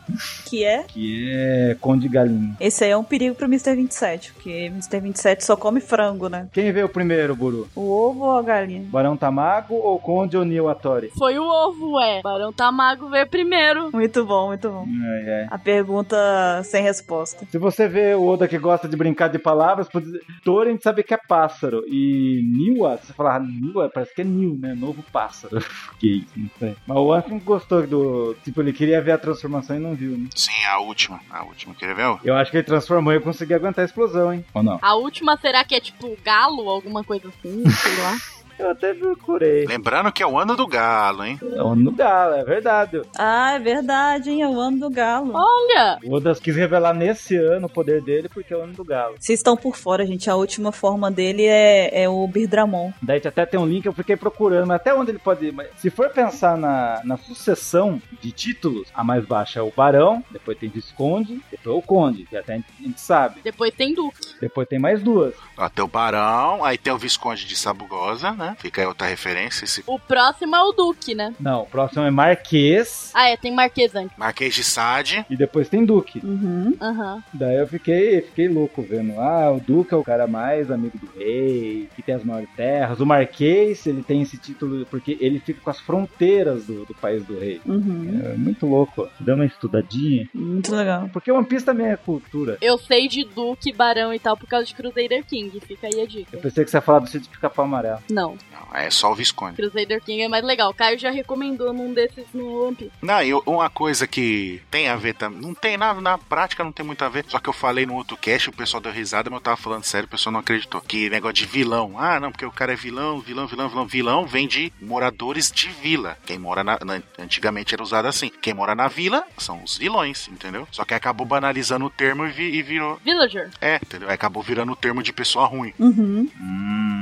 S1: Que é.
S4: que é Conde Galinha.
S1: Esse aí é um perigo pro Mr. 27, porque Mr. 27 só come frango, né?
S4: Quem veio primeiro, Buru?
S1: O ovo ou a galinha?
S4: Barão Tamago ou Conde Niwatori?
S2: Foi o ovo, é. Barão Tamago veio primeiro.
S1: Muito bom, muito bom.
S4: Ai, ai.
S1: A pergunta sem resposta.
S4: Se você vê o Oda que gosta de brincar de palavras, pode dizer, Toren gente sabe que é pássaro. E Niwa, se você falar Niwa, parece que é New, né? Novo pássaro. (laughs) Gay, não sei. Mas o Anfim gostou do. Tipo, ele queria ver a transformação e não viu, né?
S3: Sim, a última. A última, quer ver?
S4: Eu acho que ele transformou e eu consegui aguentar a explosão, hein? Ou não?
S2: A última será que é tipo galo, alguma coisa assim, (laughs) sei lá.
S4: Eu até procurei.
S3: Lembrando que é o ano do galo, hein?
S4: É o no galo, é verdade.
S1: Ah, é verdade, hein? É o ano do galo.
S2: Olha,
S4: O Oda quis revelar nesse ano o poder dele porque é o ano do galo.
S1: Vocês estão por fora, gente. A última forma dele é, é o Birdramon.
S4: Daí até tem um link, eu fiquei procurando, mas até onde ele pode ir. Mas se for pensar na, na sucessão de títulos, a mais baixa é o Barão, depois tem Visconde, depois é o Conde, que até a gente, a gente sabe.
S2: depois tem Duque.
S4: Depois tem mais duas.
S3: Ó, tem o Barão, aí tem o Visconde de Sabugosa, né? Fica aí outra referência. Esse
S2: O próximo é o Duque, né?
S4: Não, o próximo é Marquês
S2: Ah, é, tem Marquesante.
S3: Marquês de Sade.
S4: e depois tem Duque.
S1: Uhum.
S2: Aham.
S4: Daí eu fiquei, fiquei louco vendo. Ah, o Duque é o cara mais amigo do rei, que tem as maiores terras. O Marquês, ele tem esse título porque ele fica com as fronteiras do, do país do rei.
S1: Uhum.
S4: É muito louco. Dá uma estudadinha.
S1: Muito legal.
S4: Porque One Piece também é cultura.
S2: Eu sei de Duque, Barão e tal por causa de Crusader King. Fica aí a
S4: Eu
S2: dica.
S4: pensei que você ia falar do sítio pica-pau amarelo.
S2: Não,
S3: Não, é só o Visconde.
S2: Crusader King é mais legal. O Caio já recomendou num desses no One Piece.
S3: Não, e uma coisa que tem a ver também. Não tem nada, na prática não tem muito a ver. Só que eu falei no outro cast, o pessoal deu risada, mas eu tava falando sério, o pessoal não acreditou. Que negócio de vilão. Ah, não, porque o cara é vilão, vilão, vilão, vilão. Vilão vem de moradores de vila. Quem mora na. na- antigamente era usado assim. Quem mora na vila são os vilões, entendeu? Só que acabou banalizando o termo e, vi- e virou.
S2: Villager.
S3: É, entendeu? Acabou virando o termo de pessoa ruim.
S1: Uhum.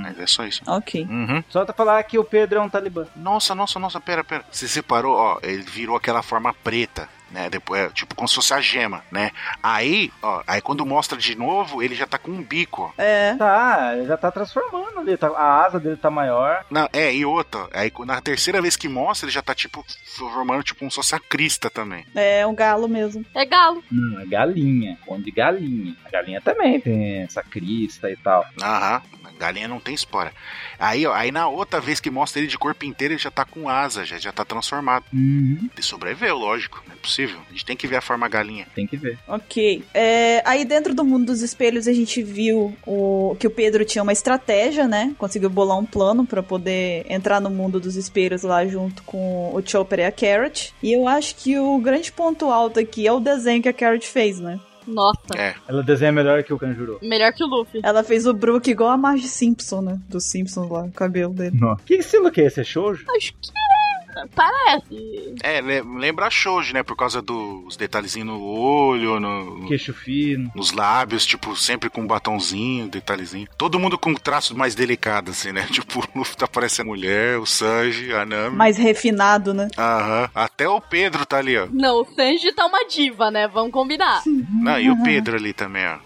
S3: Mas é só isso.
S1: Ok.
S3: Uhum.
S4: Só pra falar que o Pedro é um talibã.
S3: Nossa, nossa, nossa, pera, pera. Você separou, ó, ele virou aquela forma preta, né? Depois, é, tipo, como se fosse a gema, né? Aí, ó, aí quando mostra de novo, ele já tá com um bico, ó.
S1: É.
S4: Tá, ele já tá transformando ali. tá- a asa dele tá maior.
S3: Não, é, e outra, aí na terceira vez que mostra, ele já tá, tipo, formando, tipo, como se fosse a crista também.
S1: É um galo mesmo.
S2: É galo.
S4: Hum, Não, é galinha. Onde galinha. A galinha também tem essa crista e tal.
S3: Aham, A galinha não tem espora. Aí, ó, aí na outra vez que mostra ele de corpo inteiro, ele já tá com asa, já, já tá transformado.
S4: Uhum.
S3: Ele sobreviveu, lógico. Não é possível. A gente tem que ver a forma galinha.
S4: Tem que ver.
S1: Ok. É, aí dentro do mundo dos espelhos a gente viu o, que o Pedro tinha uma estratégia, né? Conseguiu bolar um plano pra poder entrar no mundo dos espelhos lá junto com o Chopper e a Carrot. E eu acho que o grande ponto alto aqui é o desenho que a Carrot fez, né?
S2: Nossa.
S3: É.
S4: Ela desenha melhor que o Kanjuro.
S2: Melhor que o Luffy.
S1: Ela fez o Brook igual a Marge Simpson, né? Do Simpsons lá, o cabelo dele.
S4: Nossa. Que estilo que é esse? É shoujo?
S2: Acho que é. Parece.
S3: É, le- lembra Shoujo, né? Por causa dos detalhezinhos no olho, no-
S4: Queixo fino.
S3: nos lábios, tipo, sempre com um batonzinho, detalhezinho. Todo mundo com um traço mais delicado, assim, né? (laughs) Tipo, o Luffy tá parecendo mulher, o Sanji, a Nami.
S1: Mais refinado, né? (laughs)
S3: Aham. Até o Pedro tá ali, ó.
S2: Não, o Sanji tá uma diva, né? Vamos combinar. (laughs)
S3: Não, e o Pedro ali também, ó.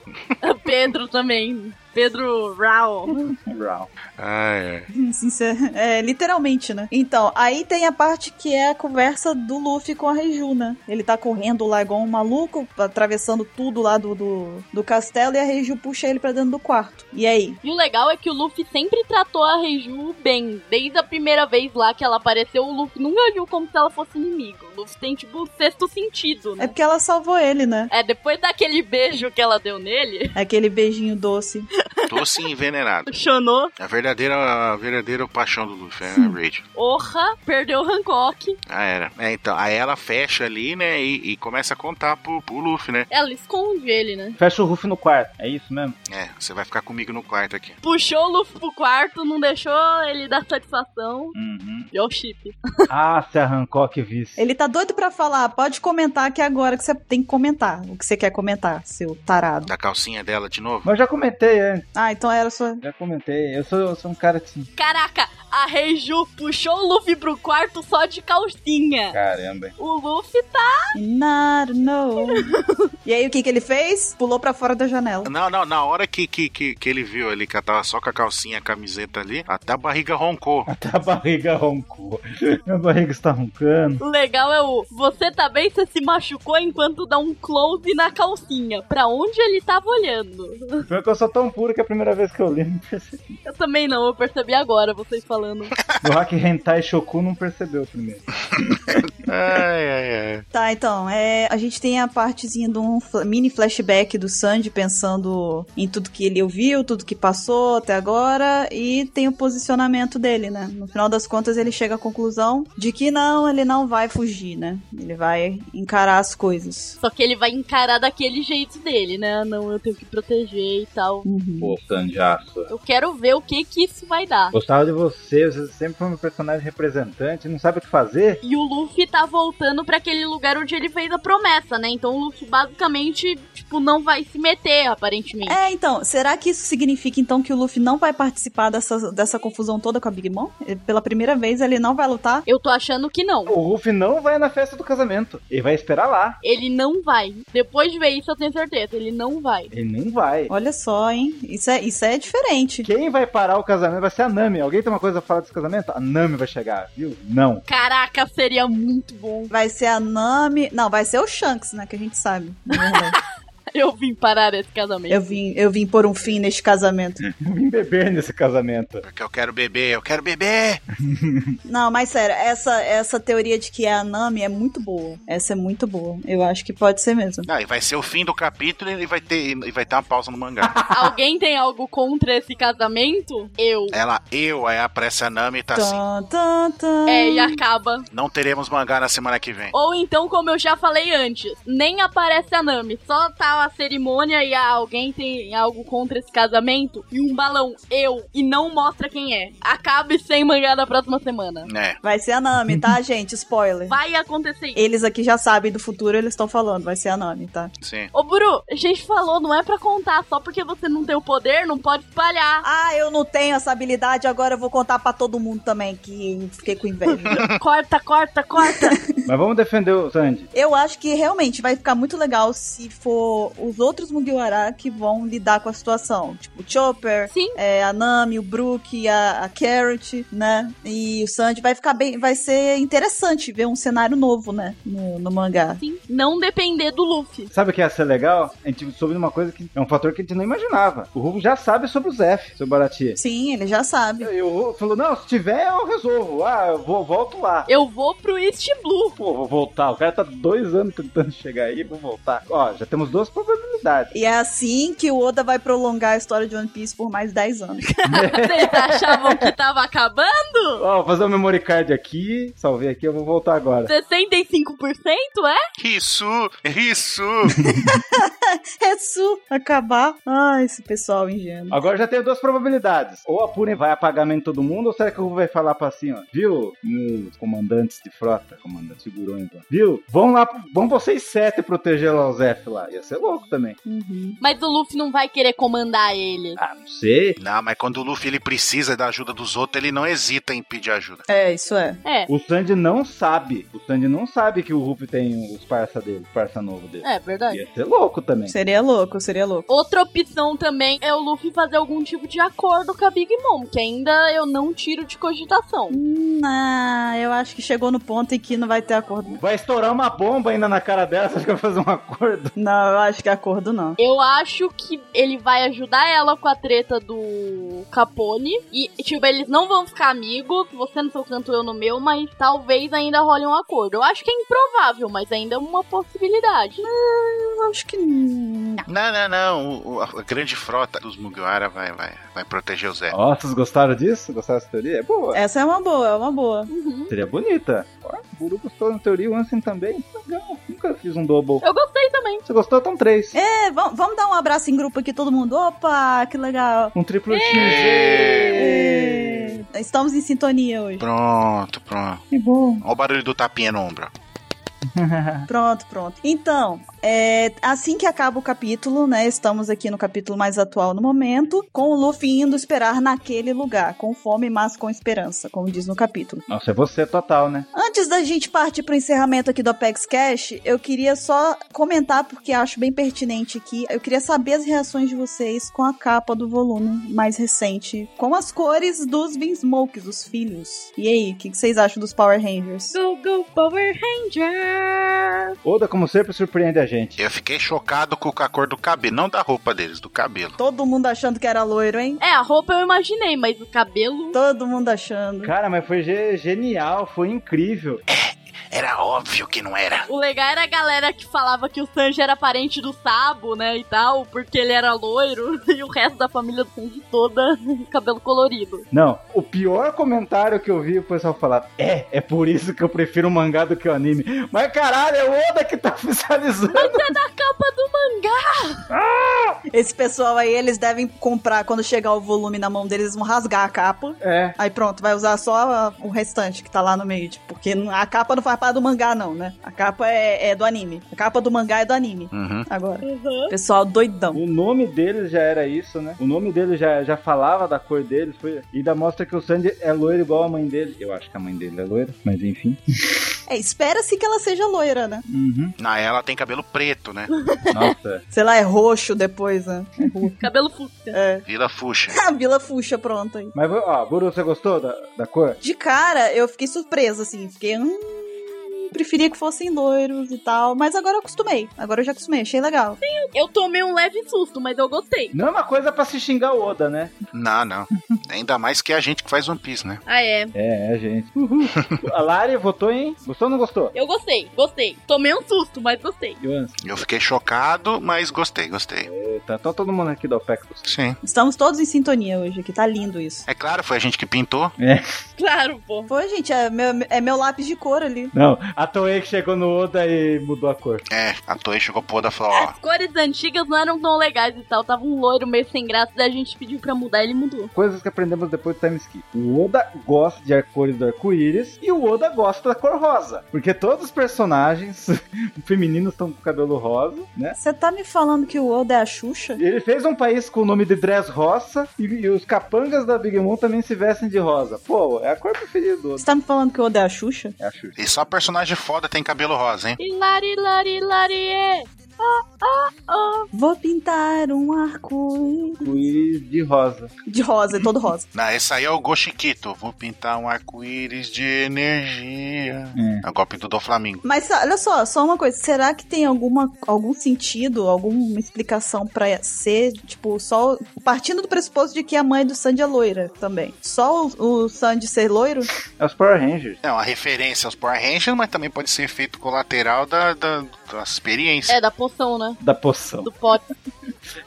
S2: Pedro também. Pedro Rao.
S4: É Brown.
S3: Ah, é.
S1: Sincer- É, literalmente, né? Então, aí tem a parte que é a conversa do Luffy com a Reju, né? Ele tá correndo lá igual um maluco, atravessando tudo lá do, do, do castelo, e a Reju puxa ele pra dentro do quarto. E aí?
S2: E o legal é que o Luffy sempre tratou a Reiju bem. Desde a primeira vez lá que ela apareceu, o Luffy nunca viu como se ela fosse inimigo. O Luffy tem, tipo, o sexto sentido,
S1: É
S2: né?
S1: porque ela salvou ele, né? É
S2: É, depois daquele beijo que ela deu nele,
S1: Aquele beijinho doce.
S3: Doce e envenenado.
S2: chonou,
S3: A verdadeira, a verdadeira paixão do Luffy, é a Rage.
S2: orra, perdeu o Hancock.
S3: Ah, era. É, então, aí ela fecha ali, né? E, e começa a contar pro, pro Luffy, né?
S2: Ela esconde ele, né?
S4: Fecha o Ruff no quarto. É isso mesmo?
S3: É, você vai ficar comigo no quarto aqui.
S2: Puxou o Luffy pro quarto, não deixou ele dar satisfação.
S4: Uhum.
S2: E ó o chip.
S4: ah, se a Hancock visse.
S1: Ele tá doido pra falar, pode comentar aqui agora que você tem que comentar. O que você quer comentar, seu tarado.
S3: Da calcinha dela de novo.
S4: Mas eu já comentei antes.
S1: Ah, então era sua.
S4: Já comentei. Eu sou, eu sou um cara assim.
S2: Caraca, a Reiju puxou o Luffy pro quarto só de calcinha.
S4: (laughs) Caramba.
S2: O Luffy tá.
S1: Not no. (laughs) e aí o que que ele fez? Pulou pra fora da janela.
S3: Não, não, na hora que, que, que, que ele viu ali que ela tava só com a calcinha, a camiseta ali, até a barriga roncou.
S4: Até Tá, a barriga roncou. Minha barriga está roncando.
S2: O legal é o. Você tá bem, você se machucou enquanto dá um close na calcinha. Pra onde ele tava olhando?
S4: Pior que eu sou tão puro que é a primeira vez que eu (laughs) li, não percebi.
S2: Eu também não, eu percebi agora vocês falando.
S4: O Hack Hentai Shoku não percebeu primeiro.
S3: É, Ai, ai, ai.
S1: Tá, então, é, a gente tem a partezinha de um fla- mini flashback do Sanji pensando em tudo que ele ouviu, tudo que passou até agora e tem o posicionamento dele, né? No final das contas, ele chega à conclusão de que não, ele não vai fugir, né? Ele vai encarar as coisas.
S2: Só que ele vai encarar daquele jeito dele, né? Não, eu tenho que proteger e tal.
S4: Pô, Sanjaço.
S2: Eu quero ver o que que isso vai dar.
S4: Gostava de você, você sempre foi meu personagem representante, não sabe o que fazer?
S2: E o Luffy tá voltando pra aquele lugar onde ele fez a promessa, né? Então o Luffy basicamente, tipo, não vai se meter, aparentemente.
S1: É, então, será que isso significa então que o Luffy não vai participar dessa, dessa confusão toda com a Big Mom? Eh, Pela primeira vez ele não vai lutar?
S2: Eu tô achando que não.
S4: O Ruff não vai na festa do casamento. Ele vai esperar lá.
S2: Ele não vai. Depois de ver isso, eu tenho certeza. Ele não vai.
S4: Ele não vai.
S1: Olha só, hein? Isso é, isso é diferente.
S4: Quem vai parar o casamento vai ser a Nami. Alguém tem uma coisa a falar desse casamento? A Nami vai chegar, viu? Não. (laughs)
S2: Caraca, seria muito bom. (laughs)
S1: Vai ser a Nami. Não, vai ser o Shanks, né? Que a gente sabe. na verdade.
S2: Eu vim parar esse casamento.
S1: eu, vim, eu vim pôr um fim neste casamento.
S4: Eu vim beber nesse casamento.
S3: Porque É eu quero beber, eu quero beber!
S1: Não, mas sério, essa, essa teoria de que é a Nami é muito boa. Essa é muito boa. Eu acho que pode ser mesmo.
S3: Não, Ah, e vai ser o fim do capítulo e vai ter, e vai ter uma pausa no mangá.
S2: Alguém tem algo contra esse casamento? Eu.
S3: (laughs) Ela, eu, aí aparece a Nami e tá assim.
S1: Tan, tan, tan.
S2: É, e acaba.
S3: Não teremos mangá na semana que vem.
S2: Ou então, como eu já falei antes, nem aparece a Nami. Só tá a cerimônia e ah, alguém tem algo contra esse casamento. E um balão, eu. E não mostra quem é. Acabe sem mangá da próxima semana.
S3: É.
S1: Vai ser a Nami, tá, gente? Spoiler.
S2: Vai acontecer isso.
S1: Eles aqui já sabem do futuro, eles estão falando. Vai ser a Nami, tá?
S3: Sim.
S2: Ô, Buru, a gente falou, não é pra contar. Só porque você não tem o poder, não
S1: (laughs)
S2: pode espalhar.
S1: Ah, eu não tenho essa habilidade, agora eu vou contar pra todo mundo também que eu fiquei com inveja.
S2: Corta, corta, corta.
S4: Mas vamos defender o Sandy.
S1: Eu acho que realmente vai ficar muito legal se for o- os outros Mugiwara que vão lidar com a situação. Tipo, o Chopper,
S2: Sim.
S1: é, a Nami, o Brook, a, a Carrot, né? E o Sanji vai ficar bem. Vai ser interessante ver um cenário novo, né? No, no mangá.
S2: Sim, não depender do Luffy.
S4: Sabe o que ia ser legal? A gente soube de uma coisa que é um fator que a gente não imaginava. O Rubo já sabe sobre o Zef, sobre o Baratie.
S1: Sim, ele já sabe.
S4: E o Rubo falou, não, se tiver eu resolvo. Ah, eu vou, volto lá.
S2: Eu vou pro East Blue. (laughs)
S4: Pô, vou voltar. O cara tá dois anos tentando chegar aí, vou voltar. Ó, já temos duas probabilidades.
S1: E é assim que o Oda vai prolongar a história de One Piece por mais 10 anos. (laughs)
S2: Vocês achavam que tava acabando?
S4: Ó, vou fazer um memory card aqui. Salvei aqui, eu vou voltar agora.
S2: 65% é?
S3: Isso, isso.
S1: É su acabar. Ai, esse pessoal ingênuo.
S4: Agora já tenho duas probabilidades. Ou a Pune vai apagar mente todo mundo, ou será que o Rubo vai falar pra assim, ó. Viu, meus comandantes de frota, comandantes segurões lá. Viu? Vão lá, vão vocês sete proteger lá o Zef lá. Ia ser louco também.
S1: Uhum.
S2: Mas o Luffy não vai querer comandar ele.
S4: Ah, não sei.
S3: (laughs) não, mas quando o Luffy ele precisa da ajuda dos outros, ele não hesita em pedir ajuda.
S1: É, isso é.
S2: É.
S4: O Sandy não sabe. O Sandy não sabe que o Ruff tem os parça dele, os parça novo dele.
S2: É, verdade.
S4: Ia ser louco também.
S1: Seria louco, seria louco.
S2: Outra opção também é o Luffy fazer algum tipo de acordo com a Big Mom, que ainda eu não tiro de cogitação.
S1: Hum, ah, eu acho que chegou no ponto em que não vai ter acordo.
S4: Vai estourar uma bomba ainda na cara dela, você acha que vai fazer um acordo?
S1: Não, eu acho que acordo não.
S2: Eu acho que ele vai ajudar ela com a treta do Capone. E, tipo, eles não vão ficar amigos, você no seu canto, eu no meu, mas talvez ainda role um acordo. Eu acho que é improvável, mas ainda é uma possibilidade.
S1: Eu acho que não.
S3: Não, não, não. o- o- a grande frota dos Mugiwara vai, vai, vai proteger o Zé.
S4: Ó, vocês gostaram disso? Gostaram dessa teoria? É boa.
S1: Essa é uma boa, é uma boa.
S2: Uhum.
S4: Seria bonita. Ó, o Buru gostou na teoria, o Ansem também. Legal, nunca fiz um double.
S2: Eu gostei também.
S4: Você gostou? Então três.
S1: É, vamos, vamos dar um abraço em grupo aqui, todo mundo. Opa, que legal.
S4: Um triplo X.
S1: Ê, Estamos em sintonia hoje.
S3: Pronto, pronto.
S4: Que bom.
S3: Olha o barulho do tapinha no ombro.
S1: Pronto, pronto. Então, é, assim que acaba o capítulo, né? Estamos aqui no capítulo mais atual no momento, com o Luffy indo esperar naquele lugar, com fome, mas com esperança, como diz no capítulo.
S4: Nossa, é você total, né?
S1: Antes da gente partir pro encerramento aqui do Apex Cash, eu queria só comentar, porque acho bem pertinente aqui. Eu queria saber as reações de vocês com a capa do volume mais recente, com as cores dos Smokes, os filhos. E aí, o que, que vocês acham dos Power Rangers?
S2: Go, go, Power Ranger!
S4: Oda, como sempre, surpreende a gente.
S3: Eu fiquei chocado com a cor do cabelo, não da roupa deles, do cabelo.
S1: Todo mundo achando que era loiro, hein?
S2: É, a roupa eu imaginei, mas o cabelo.
S1: Todo mundo achando.
S4: Cara, mas foi ge- genial, foi incrível.
S3: Era óbvio que não era.
S2: O legal era a galera que falava que o Sanji era parente do Sabo, né, e tal, porque ele era loiro, (laughs) e o resto da família do Sanji toda, (laughs) cabelo colorido.
S4: Não, o pior comentário que eu vi o pessoal falar é, é por isso que eu prefiro o mangá do que o anime. Mas caralho, é o Oda que tá (laughs) oficializando.
S2: A capa do mangá!
S1: Esse pessoal aí, eles devem comprar quando chegar o volume na mão deles, eles vão rasgar a capa.
S4: É.
S1: Aí pronto, vai usar só a- o restante que tá lá no meio, tipo, porque n- a capa não faz parte do mangá, não, né? A capa é, é do anime. A capa do mangá é do anime.
S3: Uhum.
S1: Agora. Pessoal doidão.
S4: O nome deles já era isso, né? O nome deles já, já falava da cor deles. Foi... E ainda mostra que o Sandy é loiro igual a mãe dele. Eu acho que a mãe dele é loira, mas enfim.
S1: É, espera-se que ela seja loira, né?
S4: Uhum.
S3: Na ela tem cabelo preto, né?
S4: (laughs) Nossa.
S1: Sei lá, é roxo depois, né? (laughs)
S2: Cabelo fusca.
S1: É.
S3: Vila Fuxa.
S1: A Vila Fuxa, pronto aí.
S4: mas, ó, Buru, você gostou da, da cor?
S1: De cara, eu fiquei surpresa, assim. Fiquei. Hum, preferia que fossem loiros e tal. Mas agora eu acostumei. Agora eu já acostumei, achei legal.
S2: Eu tomei um leve susto, mas eu gostei.
S4: Não é uma coisa pra se xingar o Oda, né?
S3: Não, não. Ainda mais que é a gente que faz One Piece, né?
S2: Ah, é.
S4: É, é, gente. Uhul. (laughs) a Lari votou, hein? Gostou ou não gostou?
S2: Eu gostei, gostei. Tomei um susto, mas gostei.
S4: E o Anson?
S3: Eu fiquei chocado, mas gostei, gostei.
S4: Tá, tá todo mundo aqui do OPEC. gostou.
S3: Sim.
S1: Estamos todos em sintonia hoje aqui, tá lindo isso.
S3: É claro, foi a gente que pintou.
S2: Claro, pô.
S1: Pô, gente, é meu, é meu lápis de cor ali.
S4: Não, a Toei que chegou no Oda e mudou a cor.
S3: É, a Toei chegou pro Oda e falou, ó...
S2: As cores antigas não eram tão legais e tal. Tava um loiro meio sem graça, daí a gente pediu pra mudar, ele mudou.
S4: Coisas que aprendemos depois do time skip. O Oda gosta de ar- cores do arco-íris e o Oda gosta da cor rosa. Porque todos os personagens (laughs) femininos estão com cabelo rosa, né?
S1: Você tá me falando que o Oda é a Xuxa?
S4: E Ele fez um país com o nome de Dress Roça e, e os capangas da Big Mom também se vestem de rosa. Pô, é a cor preferida do Oda.
S1: Você tá me falando que o Oda é a Xuxa?
S4: É a Xuxa.
S3: E só personagem foda tem cabelo rosa, hein?
S2: Hilari, lari, lari, é.
S1: Vou pintar um arco
S4: Arco-íris de rosa.
S1: de rosa, é todo rosa.
S3: Não, esse aí é o Goshikito. Vou pintar um arco-íris de energia. É o golpe do Doflamingo.
S1: Mas sa- olha só, só uma coisa, será que tem alguma, algum sentido, alguma explicação pra ser, tipo, só partindo do pressuposto de que a mãe do Sandy é loira também. Só o, o Sandy ser loiro?
S4: É os Power Rangers.
S3: É uma referência aos Power Rangers, mas também pode ser efeito colateral da, da, da experiência.
S2: É, da poção, né?
S4: Da poção.
S2: Do pote.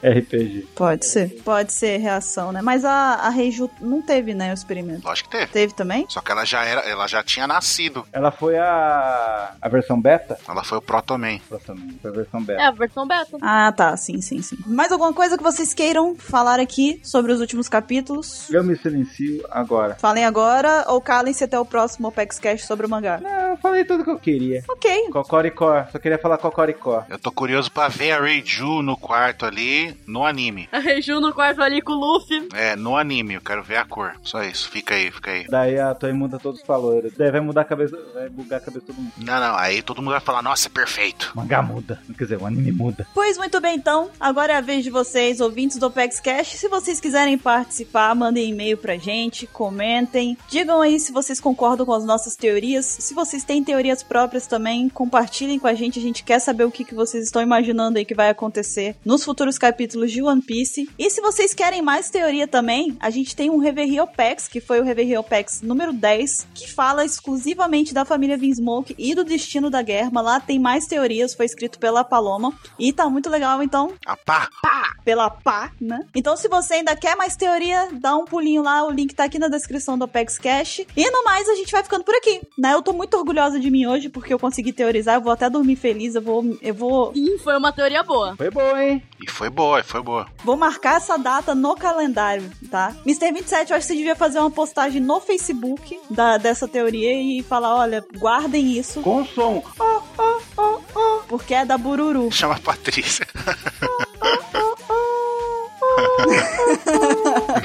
S4: RPG.
S1: Pode ser. Pode ser reação, né? Mas a, a Reiju não teve, né, o experimento.
S3: Lógico que teve.
S1: Teve também?
S3: Só que ela já era, ela já tinha nascido.
S4: Ela foi a. a versão beta?
S3: Ela foi o Protoman.
S4: Exatamente, Foi a versão
S2: É
S4: beta.
S2: a versão beta.
S1: Ah, tá, sim, sim, sim. Mais alguma coisa que vocês queiram falar aqui sobre os últimos capítulos?
S4: Eu me silencio agora.
S1: Falem agora ou calem-se até o próximo Opex Cash sobre o mangá.
S4: Não, eu falei tudo que eu queria.
S1: Ok,
S4: Cocoricó. Só queria falar Cocoricó.
S3: Eu tô curioso pra ver a Reiju no quarto ali, no anime.
S2: A Reju no quarto ali com o Luffy.
S3: É, no anime, eu quero ver a cor. Só isso, fica aí, fica aí.
S4: Daí a tua imunda todos falou. Daí vai mudar a cabeça. Vai bugar a cabeça de todo mundo.
S3: Não, não, aí todo mundo vai falar, nossa, é perfeito.
S4: O mangá muda. Quer dizer, o anime muda.
S1: Pois muito bem, então. Agora é a vez de vocês, ouvintes do Opex Cash. Se vocês quiserem participar, mandem e-mail pra gente, comentem. Digam aí se vocês concordam com as nossas teorias. Se vocês têm teorias próprias também, compartilhem com a gente. A gente quer saber o que, que vocês estão imaginando aí que vai acontecer nos futuros capítulos de One Piece. E se vocês querem mais teoria também, a gente tem um Reverie Opex, que foi o Reverie Opex número 10, que fala exclusivamente da família Vinsmoke e do destino da guerra. Lá tem mais teorias, foi escrito pela Paloma. E tá muito legal, então,
S3: A pá,
S1: pela pá, né? Então, se você ainda quer mais teoria, dá um pulinho lá, o link tá aqui na descrição do Apex Cash. E no mais, a gente vai ficando por aqui, né? Eu tô muito orgulhosa de mim hoje, porque eu consegui teorizar, eu vou até dormir feliz, eu vou, eu vou,
S2: Sim, foi uma teoria boa.
S4: Foi bom, hein?
S3: e foi boa, e foi boa. (laughs)
S1: vou marcar essa data no calendário, tá? Mr. 27, eu acho que você devia fazer uma postagem no Facebook da, dessa teoria e falar, olha, guardem isso,
S4: Com som.
S1: porque é da Bururu.
S3: Chama a Patrícia. (laughs)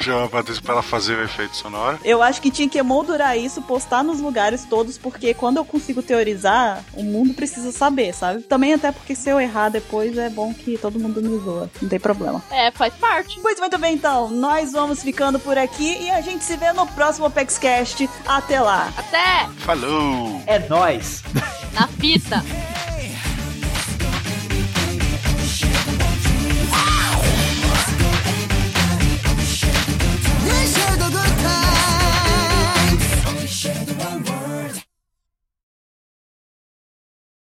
S3: Chama a Patrícia pra ela fazer o efeito sonoro.
S1: Eu acho que tinha que emoldurar isso, postar nos lugares todos, porque quando eu consigo teorizar, o mundo precisa saber, sabe? Também até porque se eu errar depois, é bom que todo mundo me zoa. Não tem problema.
S2: É, faz parte.
S1: Pois muito bem, então. Nós vamos ficando por aqui e a gente se vê no próximo ApexCast. Até lá!
S2: Até
S3: Falou!
S4: É nóis.
S2: na fita.